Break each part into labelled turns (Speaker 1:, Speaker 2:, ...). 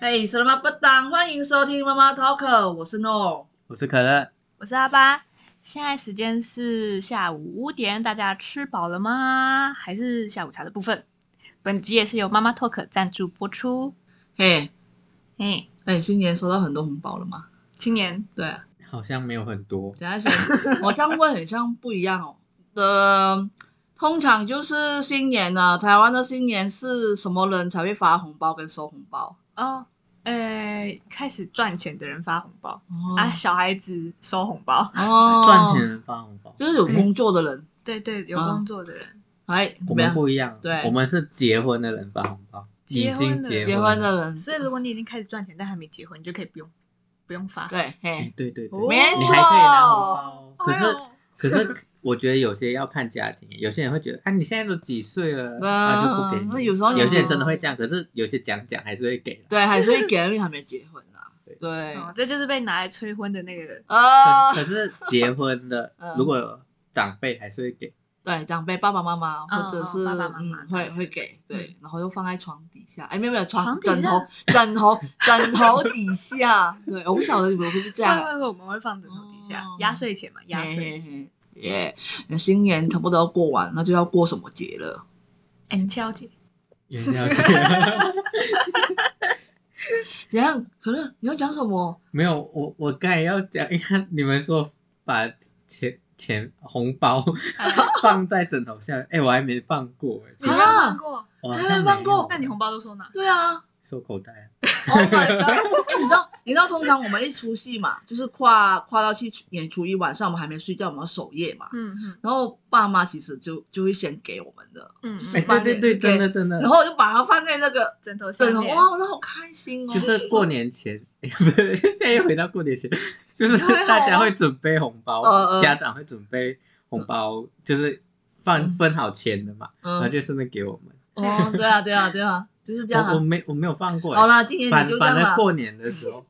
Speaker 1: 嘿，什么不当？欢迎收听妈妈 Talk，我是 No。
Speaker 2: 我是可乐，
Speaker 3: 我是阿巴。现在时间是下午五点，大家吃饱了吗？还是下午茶的部分？本集也是由妈妈 Talk 赞助播出。
Speaker 1: 嘿，
Speaker 3: 哎，
Speaker 1: 哎，新年收到很多红包了吗？
Speaker 3: 青年，
Speaker 1: 对、啊，
Speaker 2: 好像没有很多，
Speaker 1: 等一下先，我这样问很像不一样哦。呃，通常就是新年呢，台湾的新年是什么人才会发红包跟收红包？
Speaker 3: 哦，呃，开始赚钱的人发红包、
Speaker 1: 哦
Speaker 3: 啊，小孩子收红包，
Speaker 1: 哦，
Speaker 2: 赚钱人发红包，
Speaker 1: 就是有工作的人，
Speaker 3: 对对，有
Speaker 1: 啊
Speaker 3: 工作的人，
Speaker 1: 哎，怎
Speaker 2: 我
Speaker 1: 么
Speaker 2: 们
Speaker 1: 样？
Speaker 2: 不一样，
Speaker 1: 对
Speaker 2: 我们是结婚的人发红包，
Speaker 3: 结
Speaker 2: 已
Speaker 3: 婚
Speaker 2: 经
Speaker 3: 的
Speaker 2: 结
Speaker 1: 结
Speaker 2: 婚
Speaker 1: 婚的人，
Speaker 3: 所以如果你已经开始赚钱，但还没结婚，你就可以不用不用发。
Speaker 1: 对，
Speaker 2: 哎
Speaker 1: 嘿，
Speaker 2: 对对对
Speaker 3: 哦，
Speaker 1: 没
Speaker 2: 你还可以拿红
Speaker 1: 错，
Speaker 2: 包哦，可
Speaker 3: 哎
Speaker 2: 是
Speaker 3: 呦，
Speaker 2: 可是我觉得有些要看家庭，有些人会觉得，啊，你现在都几岁了，啊就不给
Speaker 1: 嗯那
Speaker 2: 你。
Speaker 1: 有时候你
Speaker 2: 有些人真的会这样，可是有些讲讲还是会给啦。
Speaker 1: 对，还是会给，因为还没结婚啊。
Speaker 2: 对
Speaker 1: 对，
Speaker 3: 哦，这就是被拿来催婚的那个人。
Speaker 1: 呃
Speaker 2: 可，可是结婚的
Speaker 1: 嗯，
Speaker 2: 如果长辈还是会 给，
Speaker 1: 对，长辈爸爸妈妈或者
Speaker 3: 哦
Speaker 1: 是
Speaker 3: 爸爸妈妈
Speaker 1: 嗯，
Speaker 3: 对
Speaker 1: 会
Speaker 3: 是嗯
Speaker 1: 会给对，然后又放在床底下，哎，没有没有床
Speaker 3: 床
Speaker 1: 枕
Speaker 3: 底下
Speaker 1: 头枕头枕头底下，对，我不晓得你们会不会这
Speaker 3: 会
Speaker 1: 样，
Speaker 3: 会会，我们会放枕头底下
Speaker 1: 啊哦，
Speaker 3: 压岁钱嘛，压
Speaker 1: 嘿
Speaker 3: 岁。
Speaker 1: 嘿嘿耶，那新年差不多要过完，那就要过什么节了？
Speaker 3: 元 宵节，
Speaker 2: 有些要给
Speaker 1: 怎样？可乐，你要讲什么？
Speaker 2: 没有，我我刚才要讲， 你看你们说把钱钱红包
Speaker 1: 啊
Speaker 2: 放在枕头下，哎、我还没放过哎、
Speaker 3: 你
Speaker 2: 其
Speaker 3: 没
Speaker 2: 实
Speaker 3: 有放过？
Speaker 2: 我好
Speaker 1: 还
Speaker 2: 像
Speaker 1: 没放过
Speaker 2: 有
Speaker 3: 那你红包都收哪？
Speaker 1: 对啊，
Speaker 2: 收口袋啊？
Speaker 1: Oh my god！哎、 你知道，你知道，通常我们一出戏嘛，就是跨跨到去演初一晚上，我们还没睡觉，我们要守夜嘛。
Speaker 3: 嗯嗯
Speaker 1: 然后爸妈其实就就会先给我们的，
Speaker 3: 嗯
Speaker 1: 就是
Speaker 2: 哎、
Speaker 1: 把
Speaker 2: 对对对，
Speaker 1: 那
Speaker 2: 真的真的
Speaker 1: 然，后我就把它放在那个
Speaker 3: 枕头下
Speaker 1: 枕
Speaker 3: 面
Speaker 1: 头，哇，我都好开心哦。
Speaker 2: 就是过年前，哎不是 现在又回到过年前，就是大家会准备红包，
Speaker 1: 呃呃
Speaker 2: 家长会准备红包，就是放
Speaker 1: 嗯
Speaker 2: 分好钱的嘛，然后
Speaker 1: 嗯，
Speaker 2: 就顺便给我们。
Speaker 1: 哦，对啊，对啊，对啊，就是这样
Speaker 2: 我我
Speaker 1: 啊。
Speaker 2: 没我没有放过、哎
Speaker 1: 好啦，今年
Speaker 2: 反
Speaker 1: 你就这
Speaker 2: 反
Speaker 1: 样
Speaker 2: 正
Speaker 1: 啦。嗯
Speaker 2: 过年的时候，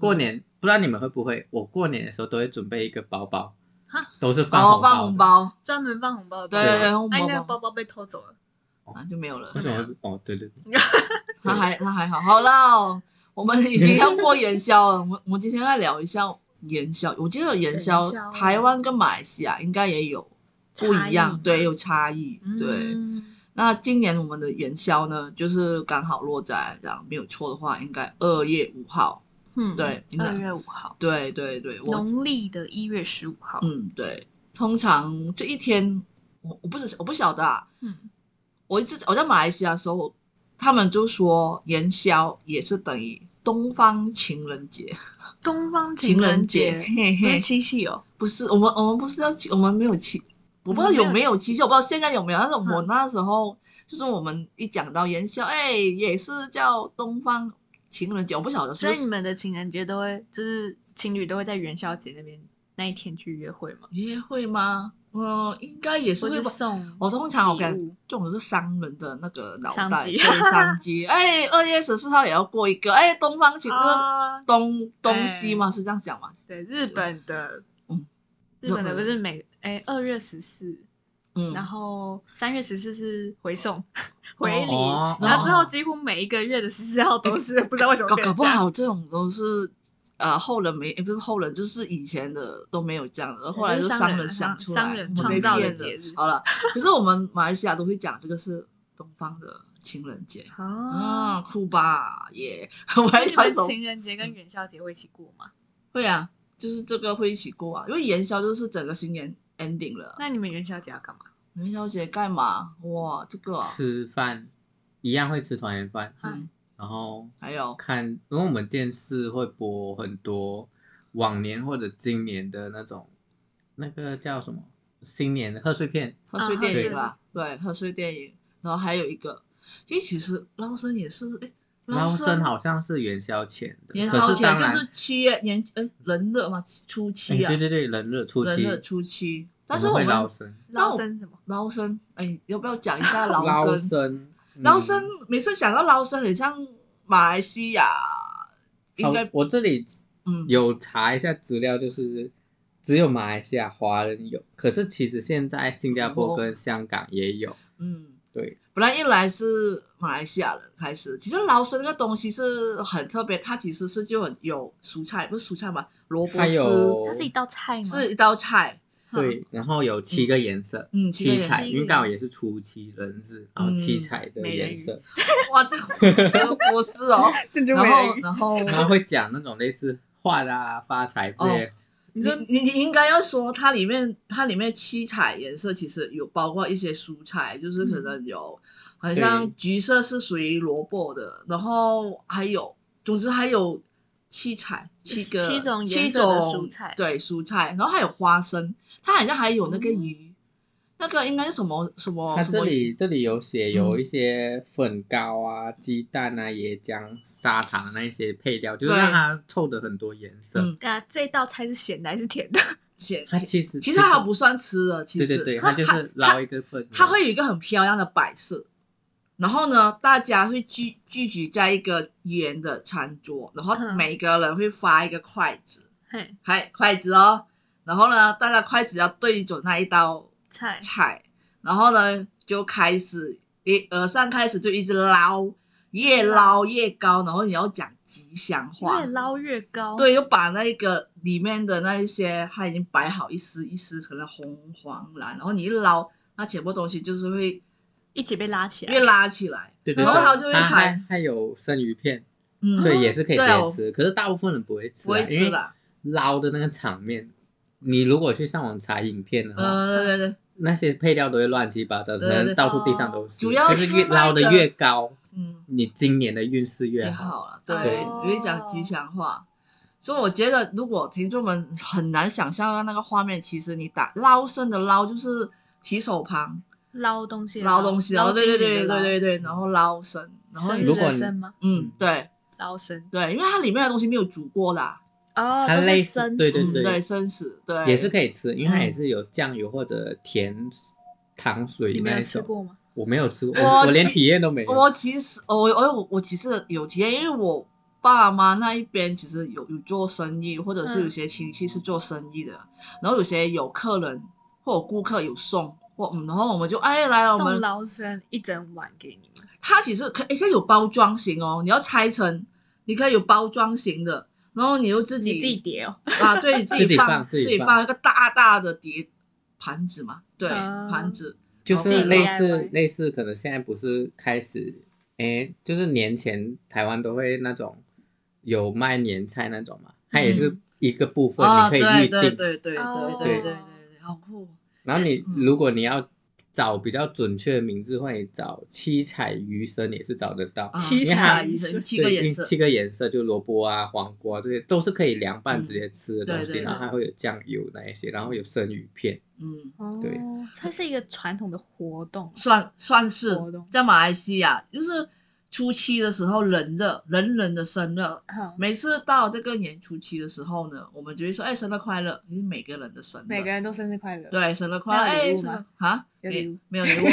Speaker 2: 过年不知道你们会不会，我过年的时候都会准备一个包包
Speaker 3: 哈，
Speaker 2: 都是放
Speaker 1: 然后
Speaker 2: 红
Speaker 1: 哦
Speaker 2: 包的。
Speaker 1: 放红包，
Speaker 3: 专门放红包的。
Speaker 1: 对对对，
Speaker 2: 对
Speaker 1: 红
Speaker 3: 哎，那个
Speaker 1: 包包
Speaker 3: 包包被偷走了。
Speaker 1: 啊就没有了
Speaker 2: 为。什么会？哦，对对对，
Speaker 1: 他还他还好，好啦、哦，我们已经要过元宵了，我们我们今天来聊一下元宵。我记得元宵
Speaker 3: 元宵
Speaker 1: 台湾跟马来西亚应该也有不一
Speaker 3: 差
Speaker 1: 样
Speaker 3: 异，
Speaker 1: 对，有差异。对，
Speaker 3: 嗯
Speaker 1: 那今年我们的元宵呢，就是刚好落在这样，没有错的话，应该二月五号。
Speaker 3: 嗯，
Speaker 1: 对应该
Speaker 3: 二月五号，
Speaker 1: 对对对，我
Speaker 3: 农历的一月十五号。
Speaker 1: 嗯对，通常这一天，我我不知我不晓得啊，
Speaker 3: 嗯，
Speaker 1: 我一直我在马来西亚的时候，他们就说元宵也是等于东方情人节。
Speaker 3: 东方
Speaker 1: 情人
Speaker 3: 人
Speaker 1: 节，
Speaker 3: 节
Speaker 1: 嘿
Speaker 3: 不是
Speaker 1: 嘿，
Speaker 3: 七夕哦。
Speaker 1: 不是我们，我们不是要七，我们没有七，我不知道有没有七夕，我不知道现在有没有。但是我
Speaker 3: 嗯
Speaker 1: 那时候就是我们一讲到元宵，哎，也是叫东方情人节，我不晓得是
Speaker 3: 所
Speaker 1: 不
Speaker 3: 以你
Speaker 1: 是。
Speaker 3: 们的情人节都会，就是情侣都会在元宵节那边那一天去约会吗？
Speaker 1: 约会吗？嗯，应该也是
Speaker 3: 或
Speaker 1: 会
Speaker 3: 是
Speaker 1: 吧。
Speaker 3: 送？
Speaker 1: 我通常我感
Speaker 3: 礼物
Speaker 1: 这种是商人的那个脑
Speaker 3: 嗯商
Speaker 1: 袋，
Speaker 3: 机
Speaker 1: 对商机。哎，二月十四号也要过一个，哎，东方情就是
Speaker 3: 啊，
Speaker 1: 东东西嘛，是这样讲嘛？
Speaker 3: 对，日本的，
Speaker 1: 嗯
Speaker 3: 日本的不是每哎二月十四，
Speaker 1: 嗯，
Speaker 3: 然后三月十四是回送 回礼，
Speaker 2: 哦
Speaker 3: 然后之后几乎每一个月的十四号都是，不知道为什么
Speaker 1: 搞
Speaker 3: 变
Speaker 1: 搞
Speaker 3: 成
Speaker 1: 不
Speaker 3: 这样。
Speaker 1: 好这种都是呃后人没，也不是后人，就是以前的都没有这样的，后来就
Speaker 3: 就
Speaker 1: 商
Speaker 3: 是商人
Speaker 1: 人想出来，
Speaker 3: 商人
Speaker 1: 我们被
Speaker 2: 创造的
Speaker 1: 骗
Speaker 3: 节日
Speaker 1: 好了，可是我们马来西亚都会讲这个是东方的情人节。啊，
Speaker 3: 哦，
Speaker 1: 酷吧耶！ 我
Speaker 3: 所
Speaker 1: 还
Speaker 3: 以你
Speaker 1: 想
Speaker 3: 们
Speaker 1: 什么？
Speaker 3: 情人节跟元宵节会一起过吗？
Speaker 1: 会啊，就是这个会一起过啊，因为元宵就是整个新年 ending 了。
Speaker 3: 那你们元宵节要干嘛？
Speaker 1: 元宵节干嘛？哇，这个啊、
Speaker 2: 吃饭一样会吃团圆饭，
Speaker 1: 嗯，
Speaker 2: 然后
Speaker 1: 还有
Speaker 2: 看，因为我们电视会播很多往年或者今年的那种，那个叫什么新年的贺岁片，
Speaker 1: 贺岁
Speaker 3: 啊
Speaker 1: 电
Speaker 2: 贺岁
Speaker 1: 影啦，对，贺岁电影，然后还有一个，因为其实捞生也是，哎，
Speaker 2: 然后
Speaker 1: 生
Speaker 2: 生好像是元宵前的，
Speaker 1: 年
Speaker 2: 可
Speaker 1: 宵
Speaker 2: 是
Speaker 1: 前
Speaker 2: 当
Speaker 1: 就
Speaker 2: 然
Speaker 1: 是七月年，哎，人热嘛，初
Speaker 2: 哎
Speaker 1: 七啊，
Speaker 2: 对对对，人热初
Speaker 1: 人
Speaker 2: 期，
Speaker 1: 热初七，但是
Speaker 2: 我
Speaker 1: 我
Speaker 2: 们会捞
Speaker 1: 们
Speaker 2: 生，
Speaker 1: 那我
Speaker 3: 捞生什么？
Speaker 1: 捞生，哎，要不要讲一 下
Speaker 2: 捞
Speaker 1: 生？
Speaker 2: 生，
Speaker 1: 捞
Speaker 2: 嗯
Speaker 1: 生，每次想到捞生，很像马来西亚，应
Speaker 2: 好
Speaker 1: 该，
Speaker 2: 我这里
Speaker 1: 嗯，
Speaker 2: 有查一下资料，就是只有马来西亚华人有，可是其实现在新加坡跟香港也有，
Speaker 1: 嗯，
Speaker 2: 对，
Speaker 1: 本来一来是马来西亚人开始，其实劳生这个东西是很特别，它其实是就很有蔬菜，不是蔬菜嘛，萝卜
Speaker 2: 它有
Speaker 1: 丝
Speaker 3: 它是一道菜吗？
Speaker 1: 是一道菜，
Speaker 3: 哈，
Speaker 2: 对，然后有七个颜色，
Speaker 1: 嗯，其
Speaker 2: 七
Speaker 1: 实
Speaker 2: 彩，
Speaker 3: 七
Speaker 2: 因为刚好也是初七人日，然后七
Speaker 1: 嗯
Speaker 2: 彩的
Speaker 3: 美人
Speaker 2: 颜
Speaker 3: 鱼
Speaker 2: 色，
Speaker 1: 哇，这个不是哦，
Speaker 3: 珍珠
Speaker 1: 然
Speaker 3: 美
Speaker 1: 后
Speaker 3: 人鱼。
Speaker 1: 然后
Speaker 2: 然后会讲那种类似画啦、发财这些，
Speaker 1: 你你你应该要说它里面它里面七彩颜色其实有包括一些蔬菜，就是
Speaker 3: 嗯
Speaker 1: 可能有，好像橘色是属于萝卜的，然后还有，总之还有七彩七个
Speaker 3: 七种
Speaker 1: 七
Speaker 3: 颜色的
Speaker 1: 种
Speaker 3: 蔬菜哦
Speaker 1: 对蔬菜，然后还有花生，它好像还有那个鱼，那个应该是什么什么
Speaker 2: 它
Speaker 1: 哦什
Speaker 2: 这
Speaker 1: 么
Speaker 2: 里这里有写有
Speaker 1: 嗯
Speaker 2: 一些粉糕啊、鸡蛋啊、椰浆、砂糖那一些配料，就是
Speaker 1: 对
Speaker 2: 让它凑的很多颜色。
Speaker 1: 嗯
Speaker 3: 那这道菜是咸的还是甜的？
Speaker 1: 咸
Speaker 2: 它其实
Speaker 1: 其实它不算吃的，其
Speaker 2: 对
Speaker 1: 实
Speaker 2: 对对，它就是
Speaker 1: 它
Speaker 2: 捞一个
Speaker 3: 嗯
Speaker 2: 份，
Speaker 1: 它会有一个很漂亮的摆设，然后呢，大家会聚聚集在一个圆的餐桌，然后
Speaker 3: 嗯
Speaker 1: 每个人会发一个筷子，
Speaker 3: 嘿，
Speaker 1: 还筷子哦，然后呢，大家筷子要对准那一道
Speaker 3: 菜
Speaker 1: 菜，然后呢就开始一而上开始就一直捞，越捞越高，然后你要讲吉祥话
Speaker 3: 嗯越，捞越高。
Speaker 1: 对，就把那个里面的那一些，它已经摆好一丝一丝，可能红黄蓝，然后你一捞，那全部东西就是会
Speaker 3: 一起被拉起来
Speaker 1: 越。拉起来，
Speaker 2: 对对对，
Speaker 1: 然后它就会
Speaker 2: 它
Speaker 1: 喊
Speaker 2: 还还有生鱼片，
Speaker 1: 嗯，
Speaker 2: 所以也是可以直
Speaker 1: 对哦
Speaker 2: 接吃。可是大部分人不会吃
Speaker 1: 不
Speaker 2: 啊，
Speaker 1: 会吃
Speaker 2: 因为
Speaker 1: 啦。
Speaker 2: 捞的那个场面，你如果去上网查影片的话，
Speaker 1: 呃，对对对，
Speaker 2: 那些配料都会乱七八糟，可
Speaker 1: 对对哦
Speaker 2: 能到处地上都是。
Speaker 1: 主要
Speaker 2: 就是是越
Speaker 1: 那
Speaker 2: 捞的
Speaker 1: 个
Speaker 2: 越高，
Speaker 1: 嗯，
Speaker 2: 你今年的运势越
Speaker 1: 也
Speaker 2: 好。
Speaker 1: 好了，对，
Speaker 2: 啊对
Speaker 1: 有一讲吉祥话。所以我觉得，如果听众们很难想象到那个画面，其实你打捞生的捞就是提手旁
Speaker 3: 捞东西的
Speaker 1: 捞东西，然后哦对对对对对
Speaker 3: 对，
Speaker 1: 对，然后捞生，然后
Speaker 3: 生
Speaker 2: 如果
Speaker 3: 人
Speaker 2: 你
Speaker 3: 参吗？
Speaker 1: 嗯对
Speaker 3: 捞生
Speaker 1: 对，因为它里面的东西没有煮过啦，
Speaker 3: 哦，
Speaker 2: 它
Speaker 3: 都是
Speaker 2: 类似
Speaker 3: 生
Speaker 2: 对
Speaker 3: 食
Speaker 1: 嗯对生死对
Speaker 2: 也是可以吃，因为它
Speaker 1: 嗯
Speaker 2: 也是有酱油或者甜糖水
Speaker 3: 你没
Speaker 2: 那
Speaker 3: 有
Speaker 2: 一
Speaker 3: 吃
Speaker 2: 种。
Speaker 3: 过吗？
Speaker 2: 我没有吃过，
Speaker 1: 我
Speaker 2: 我我连
Speaker 1: 其
Speaker 2: 体验都没有。
Speaker 1: 我其实我我我其实有体验，因为我爸妈那一边其实有有做生意，或者是有些亲戚是做生意的，然后有些有客人或者顾客有送。或嗯，然后我们就哎来了，我
Speaker 3: 送
Speaker 1: 们
Speaker 3: 捞生一整碗给你们，
Speaker 1: 它其实可以现在有包装型哦，你要拆成，你可以有包装型的，然后你就自
Speaker 3: 你
Speaker 1: 己
Speaker 3: 自己叠哦。
Speaker 1: 啊，对自
Speaker 2: 自己
Speaker 1: 放
Speaker 2: 放
Speaker 1: 自
Speaker 2: 自己
Speaker 1: 己
Speaker 2: 放
Speaker 1: 放一个大大的碟盘子嘛，对、
Speaker 3: 啊
Speaker 1: 盘子，
Speaker 2: 就
Speaker 1: 自己
Speaker 2: 是类似
Speaker 3: DIY
Speaker 2: 类似，可能现在不是开始，诶，就是年前台湾都会那种有卖年菜那种嘛，它也是
Speaker 1: 嗯
Speaker 2: 一个部分，
Speaker 1: 啊，
Speaker 2: 你可
Speaker 1: 对
Speaker 2: 以
Speaker 1: 对对
Speaker 2: 预定。
Speaker 1: 对对对
Speaker 3: 哦
Speaker 1: 对对对，好酷。哦
Speaker 2: 然后你
Speaker 1: 嗯
Speaker 2: 如果你要找比较准确的名字，或者你找七彩鱼生也是找得到，
Speaker 1: 啊
Speaker 3: 七
Speaker 1: 因为
Speaker 2: 彩
Speaker 1: 它
Speaker 3: 鱼
Speaker 1: 生
Speaker 3: 生
Speaker 1: 七个
Speaker 2: 对因
Speaker 1: 颜
Speaker 2: 为
Speaker 1: 色，
Speaker 2: 七个颜色就萝卜啊、黄瓜这些都是可以凉拌
Speaker 1: 嗯
Speaker 2: 直接吃的
Speaker 1: 对
Speaker 2: 东西，
Speaker 1: 对
Speaker 2: 然后
Speaker 1: 对
Speaker 2: 还会有酱油那一些，然后有生鱼片，
Speaker 1: 嗯，
Speaker 3: 哦
Speaker 2: 对，
Speaker 3: 它是一个传统的活动。
Speaker 1: 算算是
Speaker 3: 活动
Speaker 1: 在马来西亚，就是初七的时候人的人人的生日，
Speaker 3: 好，
Speaker 1: 每次到这个年初七的时候呢，我们就会说，哎，生日快乐，因为每个人的生日，
Speaker 3: 每个人都生日快乐。，
Speaker 1: 对生日快乐，
Speaker 3: 那有礼
Speaker 1: 哎，
Speaker 3: 物
Speaker 1: 生日
Speaker 3: 吗
Speaker 1: 啊，
Speaker 3: 有
Speaker 1: 没
Speaker 3: 礼物
Speaker 1: 没有 礼物，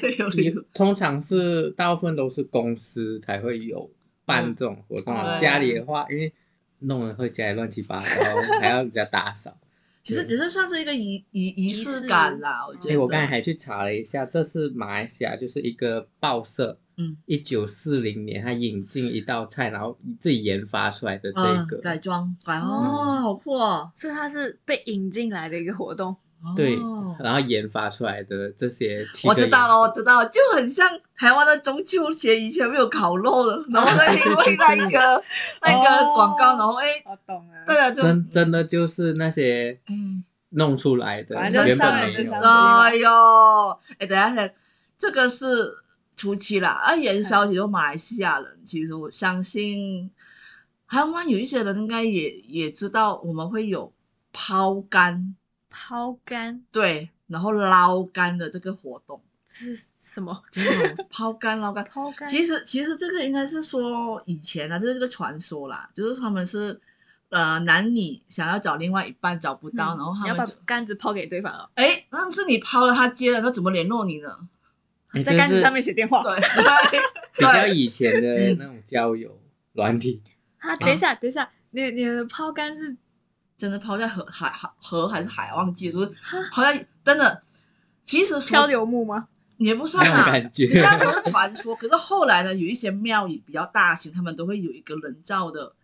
Speaker 1: 没有
Speaker 2: 也
Speaker 1: 礼 物，
Speaker 2: 通常是大部分都是公司才会有办这种活动，啊
Speaker 1: 嗯
Speaker 2: 家里的话，因为弄得会家里乱七八糟，还要人家打扫。
Speaker 1: 其实只是算是一个仪仪仪
Speaker 3: 式
Speaker 1: 式感啦，我觉
Speaker 2: 哎、
Speaker 1: 得。
Speaker 2: 我刚才还去查了一下，这是马来西亚就是一个报社，
Speaker 1: 嗯，
Speaker 2: 一九四零年他引进一道菜，然后自己研发出来的这
Speaker 1: 嗯
Speaker 2: 个，
Speaker 1: 改装改哦，
Speaker 3: 嗯
Speaker 1: 好酷哦，
Speaker 3: 所以它是被引进来的一个活动。
Speaker 2: 对
Speaker 1: 哦，
Speaker 2: 然后研发出来的这些，
Speaker 1: 我知道了，我。知道了，就很像台湾的中秋节以前没有烤肉的，然后呢，因为那 一个那个广告，然后哎，
Speaker 3: 我懂了
Speaker 1: 大家就
Speaker 2: 哦真真的就是那些
Speaker 1: 嗯，
Speaker 2: 弄出来的，
Speaker 3: 反
Speaker 1: 正
Speaker 2: 原
Speaker 1: 上
Speaker 2: 本
Speaker 1: 来
Speaker 2: 没
Speaker 1: 就
Speaker 2: 有
Speaker 3: 上
Speaker 2: 的。
Speaker 1: 哎呦，哎，等一下，这个是初期啦，啊，元宵节就马来西亚人，其实我相信台湾有一些人应该也也知道，我们会有抛竿，
Speaker 3: 抛竿
Speaker 1: 对，然后捞竿的这个活动，
Speaker 3: 是什么？
Speaker 1: 真 的抛竿捞竿。
Speaker 3: 抛竿
Speaker 1: 其实其实这个应该是说以前啊，就是这个传说啦，就是他们是呃男女想要找另外一半找不到，
Speaker 3: 嗯
Speaker 1: 然后
Speaker 3: 你
Speaker 1: 他
Speaker 3: 要把
Speaker 1: 们就
Speaker 3: 杆子抛给对方哦，
Speaker 1: 哎，但是你抛了他接了，他怎么联络你呢？
Speaker 2: 哎
Speaker 3: 在杆
Speaker 2: 就
Speaker 3: 子
Speaker 2: 是
Speaker 3: 上面写电话。
Speaker 1: 对
Speaker 2: 比较
Speaker 1: 对
Speaker 2: 以前的那种交友软体，
Speaker 3: 啊，等一下，等一下，你你的抛竿是
Speaker 1: 真的抛在河海海河还是海，忘记了，就是抛在真的。其实说
Speaker 3: 漂流木吗？
Speaker 1: 也不算
Speaker 2: 那种
Speaker 1: 啦，
Speaker 2: 感觉
Speaker 1: 啊你知道这是传说，可是后来呢，有一些庙宇比较大型，他们都会有一个人造的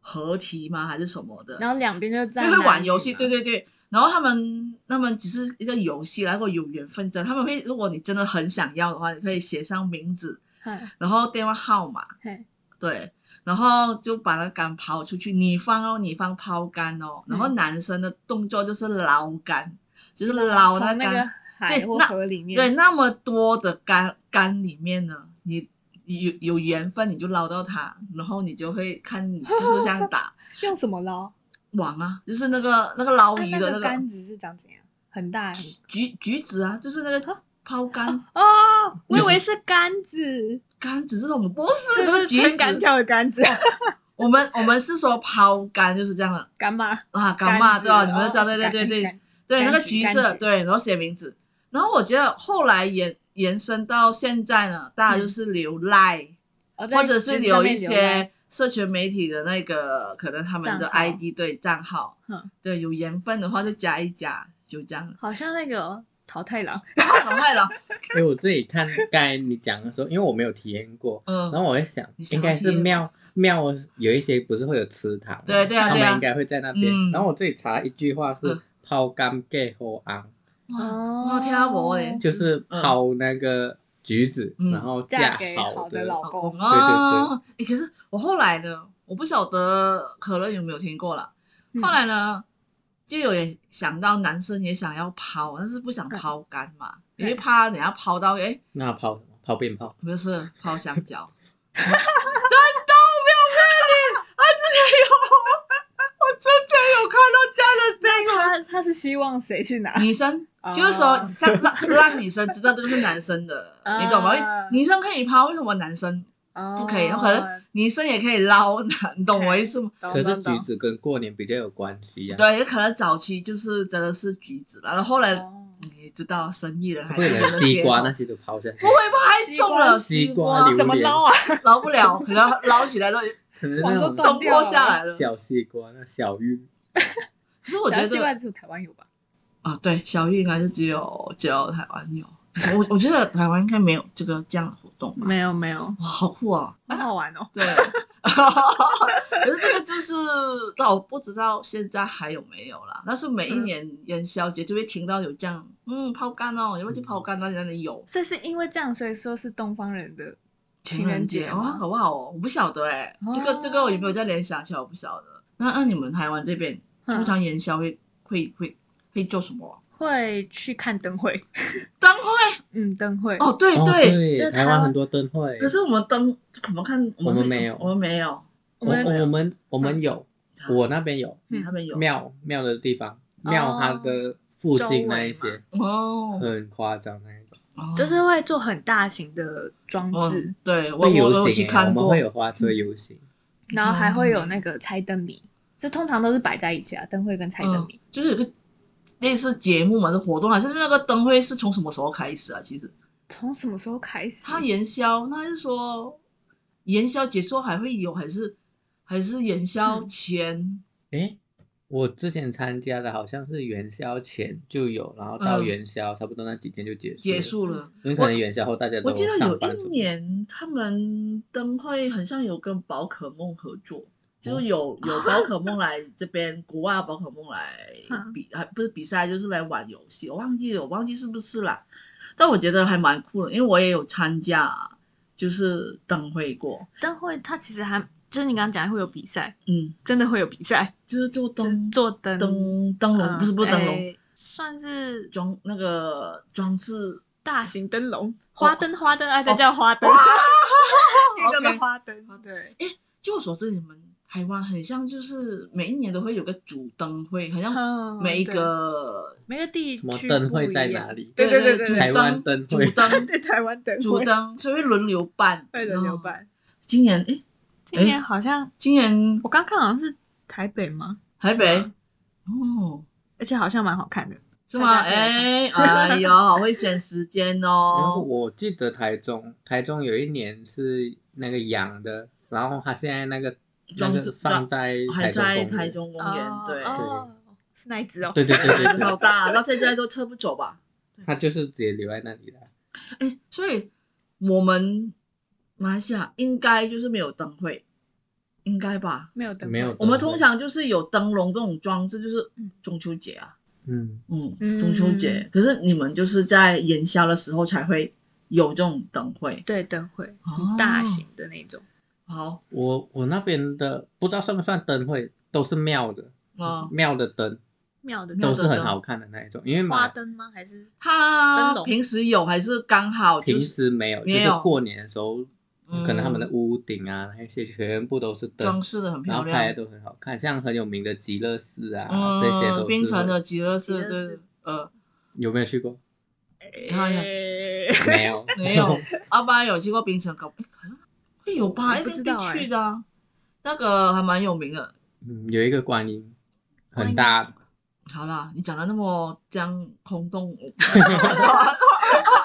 Speaker 1: 河堤吗？还是什么的？
Speaker 3: 然后两边就站，
Speaker 1: 就会玩游戏，对，对对。然后他们他们只是一个游戏，然后有缘分真的，他们会如果你真的很想要的话，你可以写上名字，
Speaker 3: 嗨
Speaker 1: 然后电话号码，
Speaker 3: 嗨
Speaker 1: 对，然后就把那杆抛出去，你方哦，你方抛杆哦，然后
Speaker 3: 嗯
Speaker 1: 男生的动作就是捞杆，就是捞
Speaker 3: 从那
Speaker 1: 杆，
Speaker 3: 个海
Speaker 1: 对
Speaker 3: 或
Speaker 1: 那
Speaker 3: 河里面，
Speaker 1: 对，，那么多的杆杆里面呢，你有有缘分你就捞到它，然后你就会看你是不是这样打
Speaker 3: 用什么捞？
Speaker 1: 网啊，就是那个那个捞
Speaker 3: 啊
Speaker 1: 哦鱼
Speaker 3: 那
Speaker 1: 的那
Speaker 3: 个
Speaker 1: 个
Speaker 3: 杆子是长怎样？很大很
Speaker 1: 橘橘子啊，就是那个抛竿，
Speaker 3: 哦，
Speaker 2: 就
Speaker 3: 我以
Speaker 2: 是
Speaker 3: 为是杆 子，
Speaker 1: 竿子是什么？不是，
Speaker 3: 就
Speaker 1: 都是
Speaker 3: 是
Speaker 1: 橘
Speaker 3: 撑杆
Speaker 1: 子。
Speaker 3: 跳的杆子，
Speaker 1: 我们我们是说抛竿就是这样的
Speaker 3: 干嘛？
Speaker 1: 啊，干妈
Speaker 3: 子
Speaker 1: 对吧？你们
Speaker 3: 哦
Speaker 1: 知道对对
Speaker 3: 杆
Speaker 1: 对对
Speaker 3: 杆
Speaker 1: 对，那个
Speaker 3: 柑橘
Speaker 1: 橘
Speaker 3: 柑
Speaker 1: 色
Speaker 3: 橘
Speaker 1: 对，然后写名字。然后我觉得后来延延伸到现在呢，大家就
Speaker 3: 嗯
Speaker 1: 是留赖。
Speaker 3: 哦在
Speaker 1: 或者
Speaker 3: 裙
Speaker 1: 是
Speaker 3: 子上
Speaker 1: 有一
Speaker 3: 面留
Speaker 1: 些
Speaker 3: 赖
Speaker 1: 社群媒体的那个可能他们的
Speaker 3: 账号
Speaker 1: ID 对账号，
Speaker 3: 嗯。
Speaker 1: 对有缘分的话就加一加，就这样
Speaker 3: 好像那个淘汰狼，
Speaker 1: 好坏了，
Speaker 2: 因为我自己看刚才你讲的时候，因为我没有体验过，
Speaker 1: 嗯，
Speaker 2: 然后我会想，
Speaker 1: 你想
Speaker 2: 应该
Speaker 1: 要
Speaker 2: 是
Speaker 1: 体验
Speaker 2: 庙庙有一些不是会有祠堂吗，
Speaker 1: 对对啊
Speaker 2: 他
Speaker 1: 对啊
Speaker 2: 们应该会在那边。
Speaker 1: 嗯
Speaker 2: 然后我自己查一句话是
Speaker 1: 嗯
Speaker 2: “抛柑给后昂
Speaker 1: 哇，
Speaker 3: 哦
Speaker 1: 哇听下我嘞”，，
Speaker 2: 就是
Speaker 1: 嗯
Speaker 2: 抛那个橘子，
Speaker 1: 嗯
Speaker 2: 然后
Speaker 3: 嫁给
Speaker 2: 好
Speaker 3: 好的老
Speaker 1: 老
Speaker 3: 公
Speaker 1: 公
Speaker 2: 哦对
Speaker 1: 啊，诶可是我后来呢，我不晓得可乐有没有听过啦。
Speaker 3: 嗯
Speaker 1: 后来呢，就有人想到男生也想要抛，但是不想抛竿嘛，因为
Speaker 3: 对
Speaker 1: 怕等下抛到诶，
Speaker 2: 那抛什么？抛鞭炮。
Speaker 1: 不是抛香蕉。
Speaker 3: 他他是希望谁去拿？
Speaker 1: 女生
Speaker 3: 哦
Speaker 1: 就是说让让让女生知道这个是男生的，
Speaker 3: 啊
Speaker 1: 你懂吗？因为女生可以抛，为什么男生不可以？
Speaker 3: 哦
Speaker 1: 可能女生也可以捞， 你懂我意思吗？
Speaker 3: 懂
Speaker 2: 可是
Speaker 3: 懂
Speaker 2: 橘
Speaker 3: 懂
Speaker 2: 子跟过年比较有关系呀、啊，
Speaker 1: 对，也可能早期就是真的是橘子啦，然后后来
Speaker 3: 哦
Speaker 1: 你知道生意人还
Speaker 2: 不
Speaker 1: 是
Speaker 2: 可
Speaker 1: 有这
Speaker 2: 能
Speaker 1: 个
Speaker 2: 西瓜
Speaker 1: 噱头
Speaker 2: 那些都抛下去，
Speaker 1: 不会吧？还中了
Speaker 2: 西瓜
Speaker 1: 瓜
Speaker 2: 榴，
Speaker 3: 怎么
Speaker 2: 莲
Speaker 3: 捞啊？
Speaker 1: 捞不了， 可能捞起来都
Speaker 2: 可能
Speaker 3: 网
Speaker 2: 那
Speaker 3: 络
Speaker 2: 种
Speaker 3: 断
Speaker 1: 东
Speaker 3: 掉
Speaker 1: 坡
Speaker 3: 了
Speaker 1: 下来了。
Speaker 2: 小西瓜、那小玉，
Speaker 1: 可是我觉
Speaker 3: 小西瓜
Speaker 1: 得
Speaker 3: 只有台湾有吧？
Speaker 1: 啊，对，小玉应该是只有只有台湾有，我我觉得台湾应该没有这个这样的活动吧。
Speaker 3: 没有没有，
Speaker 1: 哇，好酷哦！
Speaker 3: 很好玩哦。
Speaker 1: 对， 可是这个就是，但我不知道现在还有没有啦。但是每一年元宵节就会听到有这样，嗯，抛竿哦，有没有去抛竿？那里那里有
Speaker 3: 所以是因为这样，所以说是东方人的
Speaker 1: 情人节哦，
Speaker 3: 吗
Speaker 1: 好不好哦？我不晓得哎、
Speaker 3: 哦
Speaker 1: 这个这个我有没有在联想起来？我不晓得。那那你们台湾这边
Speaker 3: 嗯
Speaker 1: 通常元宵会会会会做什么啊？
Speaker 3: 会去看灯会，
Speaker 1: 灯会
Speaker 3: 嗯，灯会
Speaker 1: 哦，对
Speaker 2: 哦
Speaker 1: 对。
Speaker 3: 就
Speaker 2: 对，
Speaker 3: 是
Speaker 2: 台
Speaker 3: 台湾
Speaker 2: 很多灯会，
Speaker 1: 可是我们灯我们看我
Speaker 2: 我
Speaker 1: 们
Speaker 2: 们没有
Speaker 1: 我们没有，
Speaker 3: 我
Speaker 2: 我
Speaker 3: 们
Speaker 2: 我们我们有，我那边有
Speaker 1: 你那边有
Speaker 2: 庙庙的地方，庙它的附近那一些
Speaker 1: 哦
Speaker 2: 很夸张那一种，
Speaker 1: 哦
Speaker 3: 就是会做很大型的装
Speaker 1: 哦
Speaker 3: 置，
Speaker 1: 对我我
Speaker 2: 会游
Speaker 1: 有去
Speaker 2: 行欸，
Speaker 1: 看
Speaker 2: 我们
Speaker 1: 过，嗯
Speaker 2: 会有花车游行，
Speaker 3: 然后还会有那个猜灯谜，就通常都是摆在一起啊，灯会跟猜灯
Speaker 1: 嗯
Speaker 3: 谜。，
Speaker 1: 就是有个类似节目嘛，是活动啊，就是那个灯会是从什么时候开始啊？其实
Speaker 3: 从什么时候开始？
Speaker 1: 它元宵，那是说元宵结束还会有，还是还是元宵
Speaker 3: 嗯
Speaker 1: 前？
Speaker 2: 诶。我之前参加的好像是元宵前就有，然后到
Speaker 1: 嗯
Speaker 2: 元宵、差不多那几天就结束。
Speaker 1: 结，束了，
Speaker 2: 因为可能元宵后大家都
Speaker 1: 我记得
Speaker 2: 上
Speaker 1: 有
Speaker 2: 班
Speaker 1: 一
Speaker 2: 什么的
Speaker 1: 年他们灯会很像有跟宝可梦合作，就是有有宝可梦来这边，国外的宝可梦来
Speaker 3: 嗯
Speaker 1: 比，还不是比赛，就是来玩游戏，我忘记了，我忘记是不是啦。但我觉得还蛮酷的，因为我也有参加，就是灯会过，
Speaker 3: 灯会它其实还就是你刚刚讲会有比赛，
Speaker 1: 嗯，
Speaker 3: 真的会有比赛，
Speaker 1: 就是做
Speaker 3: 就是
Speaker 1: 灯
Speaker 3: 做灯
Speaker 1: 灯灯笼，
Speaker 3: 嗯
Speaker 1: 哦不是不是灯笼，
Speaker 3: 哎算是
Speaker 1: 装那个装饰，
Speaker 3: 大型灯
Speaker 1: 哦
Speaker 3: 笼，花灯花灯，哎，这叫花 灯，又叫做花灯，对，
Speaker 1: 据我所知，你们台湾很像，就是每一年都会有个主灯会，好像
Speaker 3: 嗯
Speaker 1: 每一
Speaker 3: 对
Speaker 1: 个
Speaker 3: 每个地
Speaker 2: 什么
Speaker 3: 区
Speaker 2: 灯
Speaker 3: 不
Speaker 2: 会
Speaker 3: 一
Speaker 2: 在
Speaker 3: 样
Speaker 2: 哪里
Speaker 3: 对对对对
Speaker 1: 主
Speaker 3: 对，
Speaker 2: 台湾
Speaker 1: 灯
Speaker 2: 灯会
Speaker 1: 主灯
Speaker 3: 对台湾灯
Speaker 1: 主
Speaker 3: 会
Speaker 1: 灯，所以会轮流办，
Speaker 3: 会轮流
Speaker 1: 然后
Speaker 3: 办。
Speaker 1: 今年诶，
Speaker 3: 今年好像
Speaker 1: 今年
Speaker 3: 我刚看好像是台北吗？
Speaker 1: 台北
Speaker 3: 是吗
Speaker 1: 哦，
Speaker 3: 而且好像蛮好看的。
Speaker 1: 是吗？
Speaker 3: 大家可
Speaker 1: 诶，哎呦，好会选时间
Speaker 2: 然后
Speaker 1: 哦。
Speaker 2: 我记得台中，台中有一年是那个羊的，然后它现在那个那
Speaker 1: 装
Speaker 2: 个
Speaker 1: 饰
Speaker 2: 放在
Speaker 1: 还
Speaker 2: 台
Speaker 1: 在
Speaker 2: 中公
Speaker 1: 台
Speaker 2: 园，
Speaker 1: 中公园，对，
Speaker 3: 哦，是那一只哦。
Speaker 2: 对对对 对
Speaker 1: 好
Speaker 2: 对，
Speaker 1: 大，到现在都撤不走吧？
Speaker 2: 它就是直接留在那里了。
Speaker 1: 哎，所以我们马来西亚应该就是没有灯会，应该吧？
Speaker 3: 没有灯，
Speaker 2: 没有
Speaker 1: 我们
Speaker 2: 灯
Speaker 1: 通
Speaker 2: 会
Speaker 1: 常就是有灯笼这种装置，就是
Speaker 3: 嗯
Speaker 1: 中秋节啊，
Speaker 2: 嗯，
Speaker 1: 嗯，
Speaker 3: 嗯
Speaker 1: 中秋节。可是你们就是在元宵的时候才会有这种灯会，
Speaker 3: 对灯会，
Speaker 1: 哦
Speaker 3: 很大型的那种。
Speaker 1: 好
Speaker 2: 我我那边的不知道算不算灯会，都是庙的，
Speaker 3: 嗯
Speaker 1: 啊。
Speaker 2: 庙的灯
Speaker 3: 庙的
Speaker 1: 庙
Speaker 2: 都
Speaker 1: 的
Speaker 2: 是很
Speaker 1: 灯
Speaker 2: 好看的那一种，因为
Speaker 3: 花
Speaker 2: 马
Speaker 3: 灯吗？还是灯
Speaker 1: 他
Speaker 3: 笼
Speaker 1: 平时有还是刚好就
Speaker 2: 平
Speaker 1: 是
Speaker 2: 时没有，就
Speaker 1: 没
Speaker 2: 是
Speaker 1: 有
Speaker 2: 过年的时候，可能他们的
Speaker 1: 嗯
Speaker 2: 屋顶啊那些全部都是灯
Speaker 1: 装，饰的很
Speaker 2: 然
Speaker 1: 漂
Speaker 2: 后拍
Speaker 1: 亮
Speaker 2: 的，都很好看，像很有名的极乐寺啊
Speaker 1: 嗯，
Speaker 2: 这些都是
Speaker 1: 槟城的极乐
Speaker 3: 极
Speaker 1: 寺
Speaker 3: 乐
Speaker 1: 对
Speaker 3: 寺，
Speaker 1: 呃
Speaker 2: 有没有去过？
Speaker 1: 哎呀
Speaker 3: 诶
Speaker 2: 没有，
Speaker 1: 没有，阿巴有去过槟城搞，哎可能会有吧，
Speaker 3: 我
Speaker 1: 一
Speaker 3: 不
Speaker 1: 定
Speaker 3: 知
Speaker 1: 必
Speaker 3: 道哎
Speaker 1: 去的啊，那个还蛮有名的。
Speaker 2: 嗯，有一个观音，
Speaker 3: 观
Speaker 2: 很
Speaker 3: 音
Speaker 2: 大，
Speaker 1: 好啦，你讲的那么这样空 洞，我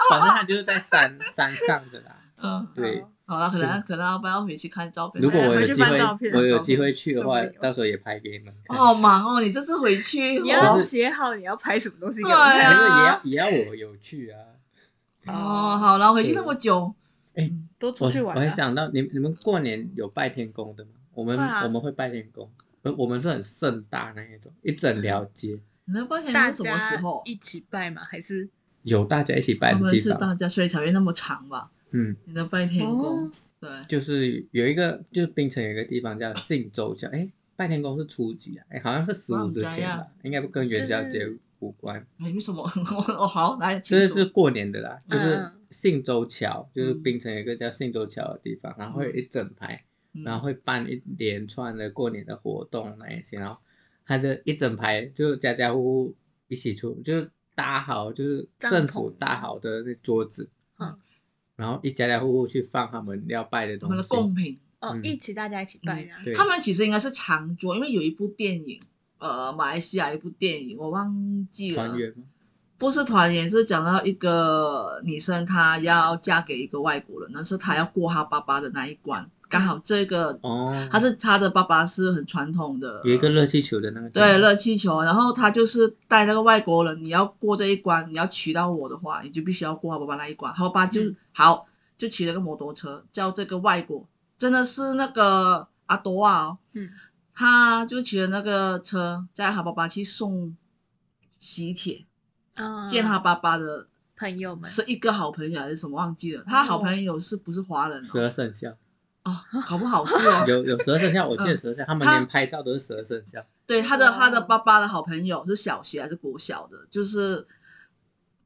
Speaker 2: 反正它就是在山山上的啦。
Speaker 1: 嗯，
Speaker 2: 对，
Speaker 1: 好了，可能
Speaker 2: 是
Speaker 1: 可能要不要回去看照片？
Speaker 2: 如果
Speaker 3: 哎呀
Speaker 2: 我有
Speaker 3: 回去
Speaker 2: 机
Speaker 3: 翻
Speaker 2: 会
Speaker 3: 照，片
Speaker 2: 我有
Speaker 3: 照
Speaker 2: 机
Speaker 3: 片
Speaker 2: 会去的
Speaker 3: 受
Speaker 2: 话
Speaker 3: 不了，
Speaker 2: 到时候也拍给你们
Speaker 1: 我
Speaker 2: 看。
Speaker 1: 好忙哦，你这次回去，
Speaker 3: 你
Speaker 1: 哦
Speaker 3: 要
Speaker 2: 就是
Speaker 3: 写好你要拍什么东西给
Speaker 1: 对
Speaker 3: 我
Speaker 2: 可
Speaker 1: 啊
Speaker 3: 看。
Speaker 2: 哎是也要也要我有去啊。
Speaker 1: 哦，好了，回去那么久，
Speaker 3: 都
Speaker 2: 我
Speaker 3: 出去玩
Speaker 2: 我
Speaker 3: 啊
Speaker 2: 还想到你们你们过年有拜天公的吗？我们、
Speaker 3: 会啊
Speaker 2: 我们会拜天公，呃我们是很盛大那一种，一整条街
Speaker 1: 你能发现
Speaker 3: 大
Speaker 1: 是什么时候
Speaker 3: 家？一起拜吗？还是
Speaker 2: 有大家一起拜
Speaker 1: 他
Speaker 2: 的
Speaker 1: 们
Speaker 2: 地
Speaker 1: 是
Speaker 2: 方。
Speaker 1: 大家，所以才会那么长吧？
Speaker 2: 嗯，
Speaker 1: 你能拜天公
Speaker 3: 哦，
Speaker 1: 对，
Speaker 2: 就是有一个就是槟城有一个地方叫信州桥，哎，拜天公是初几啊？哎，好像是十
Speaker 1: 哇
Speaker 2: 五
Speaker 1: 我
Speaker 2: 之
Speaker 1: 知
Speaker 2: 前吧
Speaker 1: 呀，
Speaker 2: 应该不跟元宵节
Speaker 3: 就是
Speaker 2: 无关。
Speaker 1: 哎，为什么？ 我好来，
Speaker 2: 这
Speaker 1: 请说
Speaker 2: 是过年的啦，就是
Speaker 3: 嗯
Speaker 2: 信州桥，就是
Speaker 1: 嗯
Speaker 2: 槟城有一个叫信州桥的地方，然后会有一整排
Speaker 1: 嗯
Speaker 2: 然后会办一连串的过年的活动那一些，然后他的一整排就是家家户户一起出，就是搭好就是
Speaker 3: 帐
Speaker 2: 政府
Speaker 3: 篷
Speaker 2: 搭好的那桌子，
Speaker 3: 嗯，
Speaker 2: 然后一家家户户去放他们要拜的
Speaker 1: 我
Speaker 2: 东
Speaker 1: 们的
Speaker 2: 西，
Speaker 1: 贡品，
Speaker 3: 哦
Speaker 2: 嗯
Speaker 3: 一起大家一起拜的啊？
Speaker 2: 对，
Speaker 1: 他们其实应该是长桌，因为有一部电影，呃，马来西亚一部电影，我忘记了
Speaker 2: 团，圆吗？
Speaker 1: 不是团圆，是讲到一个女生，她要嫁给一个外国人，但是她要过她爸爸的那一关，刚好这个，
Speaker 2: 哦，
Speaker 3: 嗯
Speaker 1: 她是她的爸爸是很传统的，
Speaker 2: 有一个热气球的那个，
Speaker 3: 嗯
Speaker 1: 对，热气球，然后她就是带那个外国人，你要过这一关，你要娶到我的话，你就必须要过她爸爸那一关。她爸爸就、
Speaker 3: 嗯
Speaker 1: 好，就骑了个摩托车，叫这个外国，真的是那个阿多啊、哦，
Speaker 3: 嗯，
Speaker 1: 他就骑着那个车，载他爸爸去送喜帖，
Speaker 3: 嗯
Speaker 1: 见他爸爸的
Speaker 3: 朋友们哦
Speaker 1: 是一个好朋友还是什么忘记了，他好朋友是不是华人
Speaker 2: 十
Speaker 1: 哦？
Speaker 2: 二生肖，
Speaker 1: 哦，搞不好是哦。
Speaker 2: 有有十二生肖，我记得十二生肖，他们
Speaker 1: 嗯他
Speaker 2: 连拍照都是十二生肖，
Speaker 1: 对，他的
Speaker 3: 哇
Speaker 1: 他的爸爸的好朋友是小学还是国小的，就是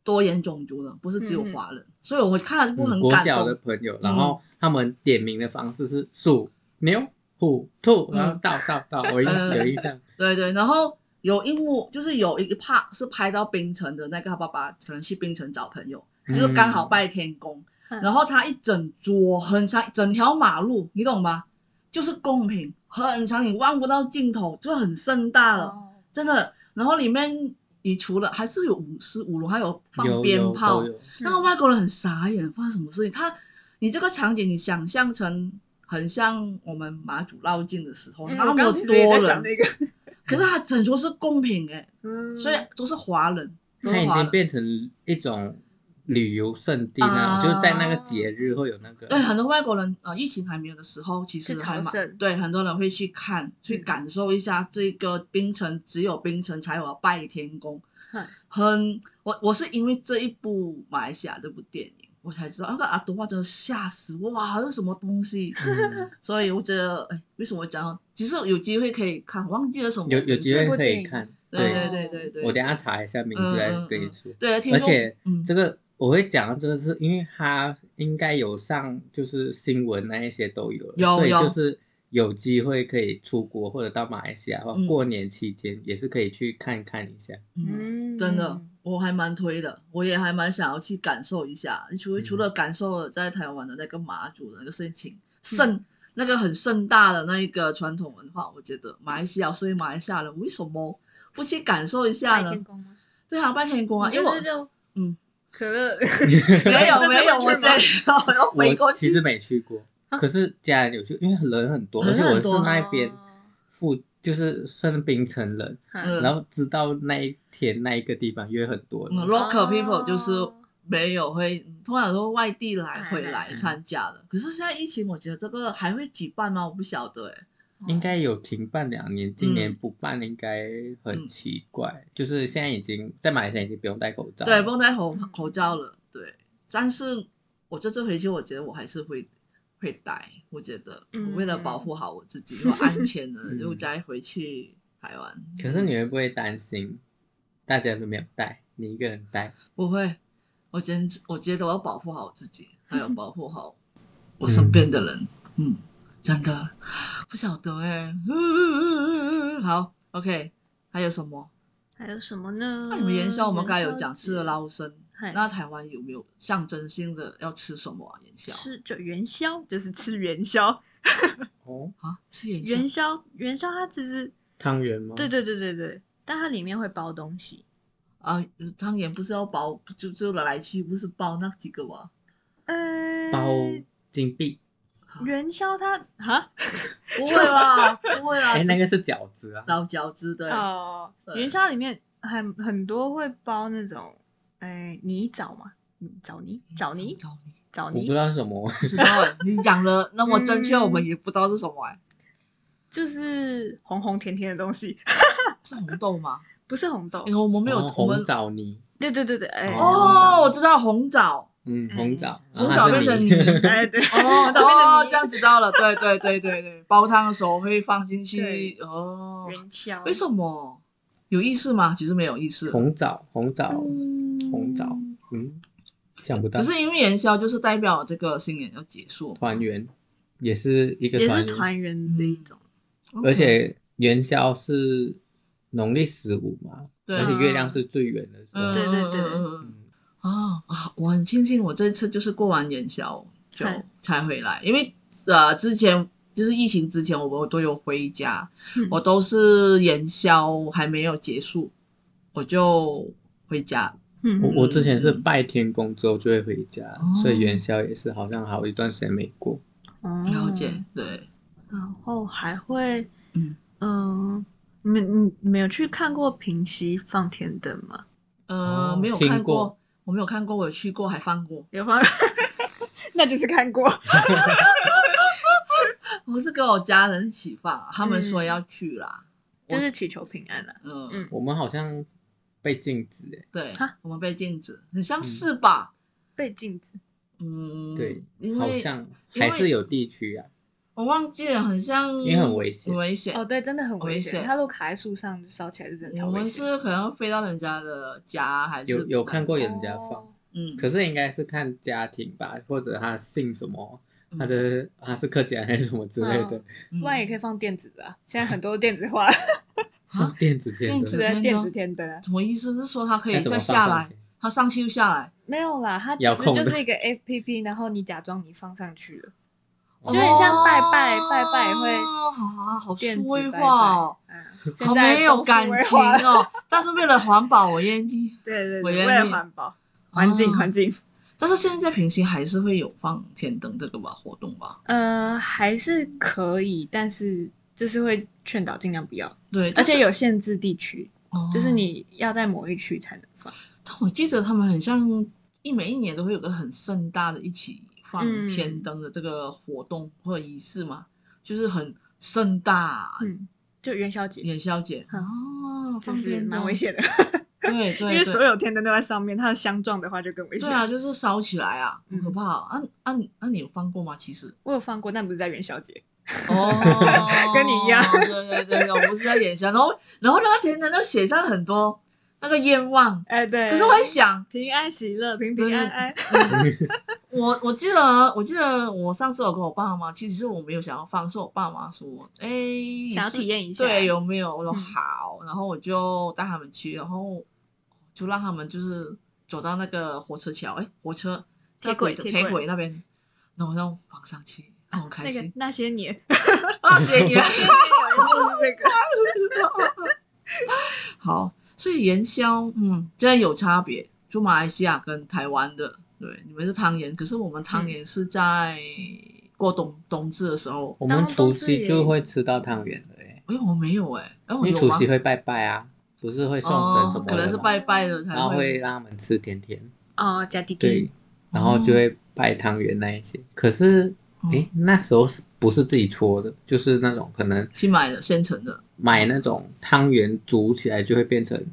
Speaker 1: 多元种族的，不是
Speaker 3: 嗯
Speaker 1: 只有华人，所以我看了这部
Speaker 2: 嗯
Speaker 1: 很
Speaker 2: 国
Speaker 1: 感
Speaker 2: 小
Speaker 1: 动。嗯
Speaker 2: 的朋友，然后他们点名的方式是鼠、牛、虎、兔，然后
Speaker 1: 嗯
Speaker 2: 到到到， 我印
Speaker 1: 嗯
Speaker 2: 有印象。
Speaker 1: 对对，然后有一幕就是有一 part 是拍到冰城的那个他爸爸，可能去冰城找朋友，
Speaker 2: 嗯
Speaker 1: 就是刚好拜天公，
Speaker 3: 嗯
Speaker 1: 然后他一整桌很长，整条马路，你懂吗？就是贡品很长，你望不到尽头，就很盛大了，
Speaker 3: 哦
Speaker 1: 真的。然后里面你除了还是有舞狮舞龙，还有
Speaker 2: 有
Speaker 1: 放鞭炮，
Speaker 2: 有都有
Speaker 1: 那
Speaker 3: 嗯
Speaker 1: 个外国人很傻眼，发生什么事情？他，你这个场景你想象成很像我们马祖绕境的时候，
Speaker 3: 嗯
Speaker 1: 那
Speaker 3: 我刚
Speaker 1: 么
Speaker 3: 其
Speaker 1: 多
Speaker 3: 实也在想
Speaker 1: 人，
Speaker 3: 那个，
Speaker 1: 可是他整桌是贡品哎、
Speaker 3: 嗯
Speaker 1: 所以都是华人，都
Speaker 2: 它
Speaker 1: 是
Speaker 2: 已
Speaker 1: 华
Speaker 2: 经
Speaker 1: 人。
Speaker 2: 变成一种旅游胜地那种，
Speaker 1: 啊
Speaker 2: 就是在那个节日会有那个
Speaker 1: 对，很多外国人，呃，疫情还没有的时候，其实
Speaker 3: 去
Speaker 1: 还
Speaker 3: 朝
Speaker 1: 蛮
Speaker 3: 圣嗯
Speaker 1: 对，很多人会去看，去感受一下这个冰城，只有冰城才有拜天公。
Speaker 3: 嗨
Speaker 1: 很，我我是因为这一部马来西亚这部电影，我才知道那个阿多话真的吓死我，哇，这是什么东西？
Speaker 2: 嗯
Speaker 1: 所以我觉得，哎，为什么我讲到？其实有机会可以看，忘记了什么
Speaker 2: 有有
Speaker 1: 名字
Speaker 2: 机会可以看。
Speaker 1: 对对
Speaker 3: 对
Speaker 1: 对对对，
Speaker 2: 我等一下查一下名字来跟你说。
Speaker 1: 对，听
Speaker 2: 而
Speaker 1: 众
Speaker 2: 且
Speaker 1: 嗯，
Speaker 2: 这个我会讲到这个，是因为它应该有上就是新闻那一些都有了，
Speaker 1: 有
Speaker 2: 所以
Speaker 1: 有
Speaker 2: 就是有机会可以出国或者到马来西亚的话，
Speaker 1: 嗯
Speaker 2: 过年期间也是可以去看看一下。
Speaker 1: 嗯，
Speaker 3: 嗯
Speaker 1: 真的，我还蛮推的，我也还蛮想要去感受一下，除
Speaker 2: 嗯
Speaker 1: 除了感受了在台湾的那个马祖的那个事情，
Speaker 2: 嗯
Speaker 1: 盛那个很盛大的那一个传统文化，我觉得马来西亚，所以马来西亚人为什么不去感受一下
Speaker 3: 拜
Speaker 1: 呢
Speaker 3: 天？公吗？
Speaker 1: 对啊，拜天公啊，
Speaker 3: 你
Speaker 1: 因为
Speaker 3: 就
Speaker 1: 我
Speaker 3: 是就
Speaker 1: 嗯，
Speaker 3: 可乐
Speaker 1: 没有
Speaker 3: 这
Speaker 1: 没有，我
Speaker 3: 这
Speaker 1: 现在
Speaker 3: 回
Speaker 1: 我要回过
Speaker 2: 我
Speaker 1: 去
Speaker 2: 其实没去过，
Speaker 3: 啊
Speaker 2: 可是家人有去，因为人很多，而
Speaker 1: 人
Speaker 2: 且
Speaker 1: 很
Speaker 2: 我
Speaker 1: 多
Speaker 2: 是那边
Speaker 3: 哦
Speaker 2: 附，就是算是槟城人，
Speaker 3: 嗯
Speaker 1: 嗯
Speaker 2: 然后知道那一天那一个地方约很多人，
Speaker 1: 嗯，local people
Speaker 3: 哦
Speaker 1: 就是没有会，通常都是外地来
Speaker 3: 嗯
Speaker 1: 回
Speaker 3: 嗯
Speaker 1: 来
Speaker 2: 嗯
Speaker 1: 参加的。可是现在疫情，我觉得这个还会举办吗？我不晓得哎。
Speaker 2: 应该有停办两年，今年
Speaker 1: 嗯
Speaker 2: 不办应该
Speaker 1: 嗯
Speaker 2: 很奇怪。就是现在已经在马来西亚已经不用戴口罩，
Speaker 1: 对，不用戴口
Speaker 3: 嗯
Speaker 1: 口罩了。对，但是我这次回去，我觉得我还是会会戴。我觉得
Speaker 3: 嗯
Speaker 1: 我为了保护好我自己，如果安全的
Speaker 2: 嗯
Speaker 1: 就再回去台湾。
Speaker 2: 可是你会不会担心大家都没有戴，你一个人戴？
Speaker 1: 不会，我坚持，我觉得我要保护好我自己，还有保护好我身边的人。嗯，真的不晓得哎、 好，OK，还有什么？
Speaker 3: 还有什么呢？
Speaker 1: 那你呃们元宵，我们刚才有讲吃了
Speaker 3: 啦，
Speaker 1: 捞生，
Speaker 3: 嗨
Speaker 1: 那台湾有没有象征性的要吃什么啊？元宵
Speaker 3: 吃就元宵，就是吃元宵。
Speaker 2: 哦，
Speaker 1: 啊，吃元宵
Speaker 3: 元宵，元宵它其实
Speaker 2: 汤圆吗？
Speaker 3: 对，对对对对，但它里面会包东西。
Speaker 1: 啊，嗯汤圆不是要包，就就来去不是包那几个吗？
Speaker 3: 呃，
Speaker 2: 包金币。
Speaker 3: 元宵它哈
Speaker 1: 不会 啦，不会啦
Speaker 2: 哎、，那个是饺子啊。
Speaker 1: 包饺子对，
Speaker 3: 哦，
Speaker 1: 对
Speaker 3: 元宵里面很很多会包那种哎泥枣嘛，嗯枣泥枣泥
Speaker 1: 枣泥，
Speaker 3: 枣
Speaker 2: 我不
Speaker 3: 泥
Speaker 2: 知，道是什么，
Speaker 1: 不知道哎，你讲了那么正确，
Speaker 3: 嗯
Speaker 1: 我们也不知道是什么哎，
Speaker 3: 就是红红甜甜的东西，
Speaker 1: 是红豆吗？
Speaker 3: 不是红豆
Speaker 1: 因。为我们没有
Speaker 2: 哦
Speaker 1: 我
Speaker 2: 红
Speaker 1: 们
Speaker 2: 枣泥，
Speaker 3: 对对对对，哎，
Speaker 1: 哦，我
Speaker 3: 红枣
Speaker 1: 知道红枣，
Speaker 2: 嗯，
Speaker 3: 哎
Speaker 2: 红枣，
Speaker 1: 红
Speaker 2: 然
Speaker 1: 枣
Speaker 2: 后
Speaker 1: 变
Speaker 2: 它
Speaker 1: 成
Speaker 2: 是
Speaker 1: 泥
Speaker 2: 米，
Speaker 3: 哎对，
Speaker 1: 哦
Speaker 3: 枣变成
Speaker 1: 哦，
Speaker 3: 泥
Speaker 1: 这样知道了，对对对对对，煲汤的时候会放进去
Speaker 3: 对
Speaker 1: 哦，
Speaker 3: 元宵
Speaker 1: 为什么有意思吗？其实没有意思，
Speaker 2: 红枣，红枣，
Speaker 3: 嗯
Speaker 2: 红枣嗯，想不到
Speaker 1: 可，是因为元宵就是代表这个新年要结束嘛，
Speaker 2: 团圆也是一个
Speaker 3: 也是
Speaker 2: 团圆，
Speaker 3: 团圆的一种，
Speaker 2: 而且元宵是农历十五嘛，
Speaker 1: 对啊
Speaker 2: 而且月亮是最圆的时候，
Speaker 1: 嗯
Speaker 3: 对对对
Speaker 1: 嗯
Speaker 2: 嗯
Speaker 1: 啊啊！我很庆幸我这次就是过完元宵就
Speaker 3: 嗨
Speaker 1: 才回来，因为呃之前就是疫情之前我我都有回家，
Speaker 3: 嗯
Speaker 1: 我都是元宵还没有结束我就回家。
Speaker 3: 嗯
Speaker 2: 我我之前是
Speaker 1: 嗯
Speaker 2: 拜天公之后就会回家，
Speaker 1: 哦
Speaker 2: 所以元宵也是好像好一段时间没过。
Speaker 3: 哦
Speaker 1: 了解，对，
Speaker 3: 然后还会，
Speaker 1: 嗯
Speaker 3: 嗯，你们你你们有去看过平息放天灯吗？
Speaker 1: 呃
Speaker 2: 哦
Speaker 1: 没有
Speaker 2: 听
Speaker 1: 看
Speaker 2: 过
Speaker 1: 我没有看过，我有去过还放过。
Speaker 3: 有放， 那就是看过。
Speaker 1: 我是跟我家人一起放，他们说
Speaker 3: 嗯
Speaker 1: 要去啦。
Speaker 3: 就是祈求平安啦、
Speaker 1: 嗯，
Speaker 3: 嗯
Speaker 2: 我们好像被禁止哎、
Speaker 1: 对
Speaker 3: 哈，
Speaker 1: 我们被禁止，很像
Speaker 2: 嗯
Speaker 1: 是吧？
Speaker 3: 被禁止。
Speaker 1: 嗯，
Speaker 2: 对
Speaker 1: 因
Speaker 2: 好
Speaker 1: 为
Speaker 2: 像
Speaker 1: 因为
Speaker 2: 还是有地区啊，
Speaker 1: 我忘记了，很像，
Speaker 2: 因为很危险
Speaker 1: 很危险。
Speaker 3: 哦，对，真的很危
Speaker 1: 危
Speaker 3: 险。
Speaker 1: 险
Speaker 3: 它如果卡在树上，就烧起来就真的超
Speaker 1: 我
Speaker 3: 危
Speaker 1: 们
Speaker 3: 险。
Speaker 1: 是可能飞到人家的家，还是
Speaker 2: 有有看过有人家放，
Speaker 3: 哦
Speaker 1: 嗯，
Speaker 2: 可是应该是看家庭吧，或者他姓什么，
Speaker 1: 嗯
Speaker 2: 他的他是客家人还是什么之类的，
Speaker 1: 嗯
Speaker 3: 不然也可以放电子的啊、现在很多电子化，
Speaker 1: 啊，
Speaker 2: 电子
Speaker 1: 电
Speaker 2: 天灯
Speaker 1: 子
Speaker 3: 是
Speaker 1: 天
Speaker 3: 在
Speaker 1: 灯
Speaker 3: 电子天灯啊。
Speaker 1: 什么意思？是说它可
Speaker 2: 那
Speaker 1: 以
Speaker 2: 怎
Speaker 1: 再
Speaker 2: 么
Speaker 1: 下
Speaker 2: 放上
Speaker 1: 来
Speaker 2: 去，
Speaker 1: 它上去又下来，
Speaker 3: 没有啦，它其
Speaker 2: 遥
Speaker 3: 实
Speaker 2: 控
Speaker 3: 就
Speaker 2: 的
Speaker 3: 是一个 A P P，然后你假装你放上去了，
Speaker 2: 哦
Speaker 3: 就很像拜拜，
Speaker 1: 哦
Speaker 3: 拜拜也会
Speaker 1: 好好好
Speaker 3: 电子
Speaker 1: 虚
Speaker 3: 拜
Speaker 1: 化哦，
Speaker 3: 拜。嗯，
Speaker 1: 好
Speaker 3: 现在
Speaker 1: 没有
Speaker 3: 都数
Speaker 1: 感
Speaker 3: 位
Speaker 1: 情
Speaker 3: 化了。
Speaker 1: 哦。但是为了环保，我愿 意。
Speaker 3: 对对对，
Speaker 1: 我
Speaker 3: 为
Speaker 1: 愿
Speaker 3: 了
Speaker 1: 意
Speaker 3: 环保，环境
Speaker 1: 哦
Speaker 3: 环境。
Speaker 1: 但是现在平行还是会有放天灯这个吧活动吧？
Speaker 3: 呃，还是可以，但是就是会劝导尽量不要，
Speaker 1: 对，
Speaker 3: 而
Speaker 1: 但
Speaker 3: 且
Speaker 1: 是
Speaker 3: 有限制地区，就是
Speaker 1: 哦
Speaker 3: 你要在某一区才能放。
Speaker 1: 但我记得他们很像一每一年都会有个很盛大的一起放
Speaker 3: 嗯
Speaker 1: 天灯的这个活动或者仪式嘛，就是很盛大
Speaker 3: 嗯，就元宵节，
Speaker 1: 元宵节
Speaker 3: 嗯
Speaker 1: 哦，
Speaker 3: 就
Speaker 1: 放
Speaker 3: 是
Speaker 1: 天灯
Speaker 3: 蛮危， 险的，
Speaker 1: 对对
Speaker 3: 因
Speaker 1: 对，
Speaker 3: 为所有天灯都在上面，它的相撞的话就更危险。
Speaker 1: 对啊，，就是烧起来啊，很可
Speaker 3: 嗯
Speaker 1: 怕啊。啊啊啊！你有放过吗？其 实
Speaker 3: 我有放过，但不是在元宵 节。
Speaker 1: 哦，
Speaker 3: 跟你一样
Speaker 1: 对对对，我不是在演宵，然后然后那个天灯都写上很多那个愿望，
Speaker 3: 哎， 对。
Speaker 1: 可是我在想。
Speaker 3: 平安喜乐，平平安安。
Speaker 1: 我我记得，我记得我上次有跟我爸妈，其实我没有想要放，是我爸妈说，哎、你
Speaker 3: 想要
Speaker 1: 是
Speaker 3: 体验一下
Speaker 1: 对，有没有？我说
Speaker 3: 嗯
Speaker 1: 好，然后我就带他们去，然后就让他们就是走到那个火车桥，哎、火车
Speaker 3: 铁
Speaker 1: 那
Speaker 3: 轨
Speaker 1: 轨
Speaker 3: 铁
Speaker 1: 铁
Speaker 3: 轨
Speaker 1: 轨那边，然后让放上去，然后我开
Speaker 3: 那个
Speaker 1: 心。
Speaker 3: 那啊些年，
Speaker 1: 那些年，
Speaker 3: 就是这个。
Speaker 1: 好，所以元宵，嗯，真的有差别，就马来西亚跟台湾的，对，你们是汤圆，可是我们汤
Speaker 3: 嗯
Speaker 1: 圆是在过冬冬至的时候。
Speaker 2: 我们除
Speaker 3: 当中是
Speaker 2: 夕就会吃到汤圆的哎、
Speaker 1: 哎，我没有哎、哎，我
Speaker 2: 因为
Speaker 1: 有
Speaker 2: 除
Speaker 1: 吗？哦
Speaker 2: 夕会拜拜啊，不是会送神什么的吗、啊
Speaker 1: 哦，可能是拜拜的才嗯
Speaker 2: 然后会让他们吃甜甜，
Speaker 3: 哦，加弟
Speaker 2: 对
Speaker 3: 弟，，
Speaker 2: 然后
Speaker 1: 哦
Speaker 2: 就会摆汤圆那一些。可是，诶，那时候是不是自己搓的？就是那种可能
Speaker 1: 去买的现成的，
Speaker 2: 买那种汤圆煮起来就会变成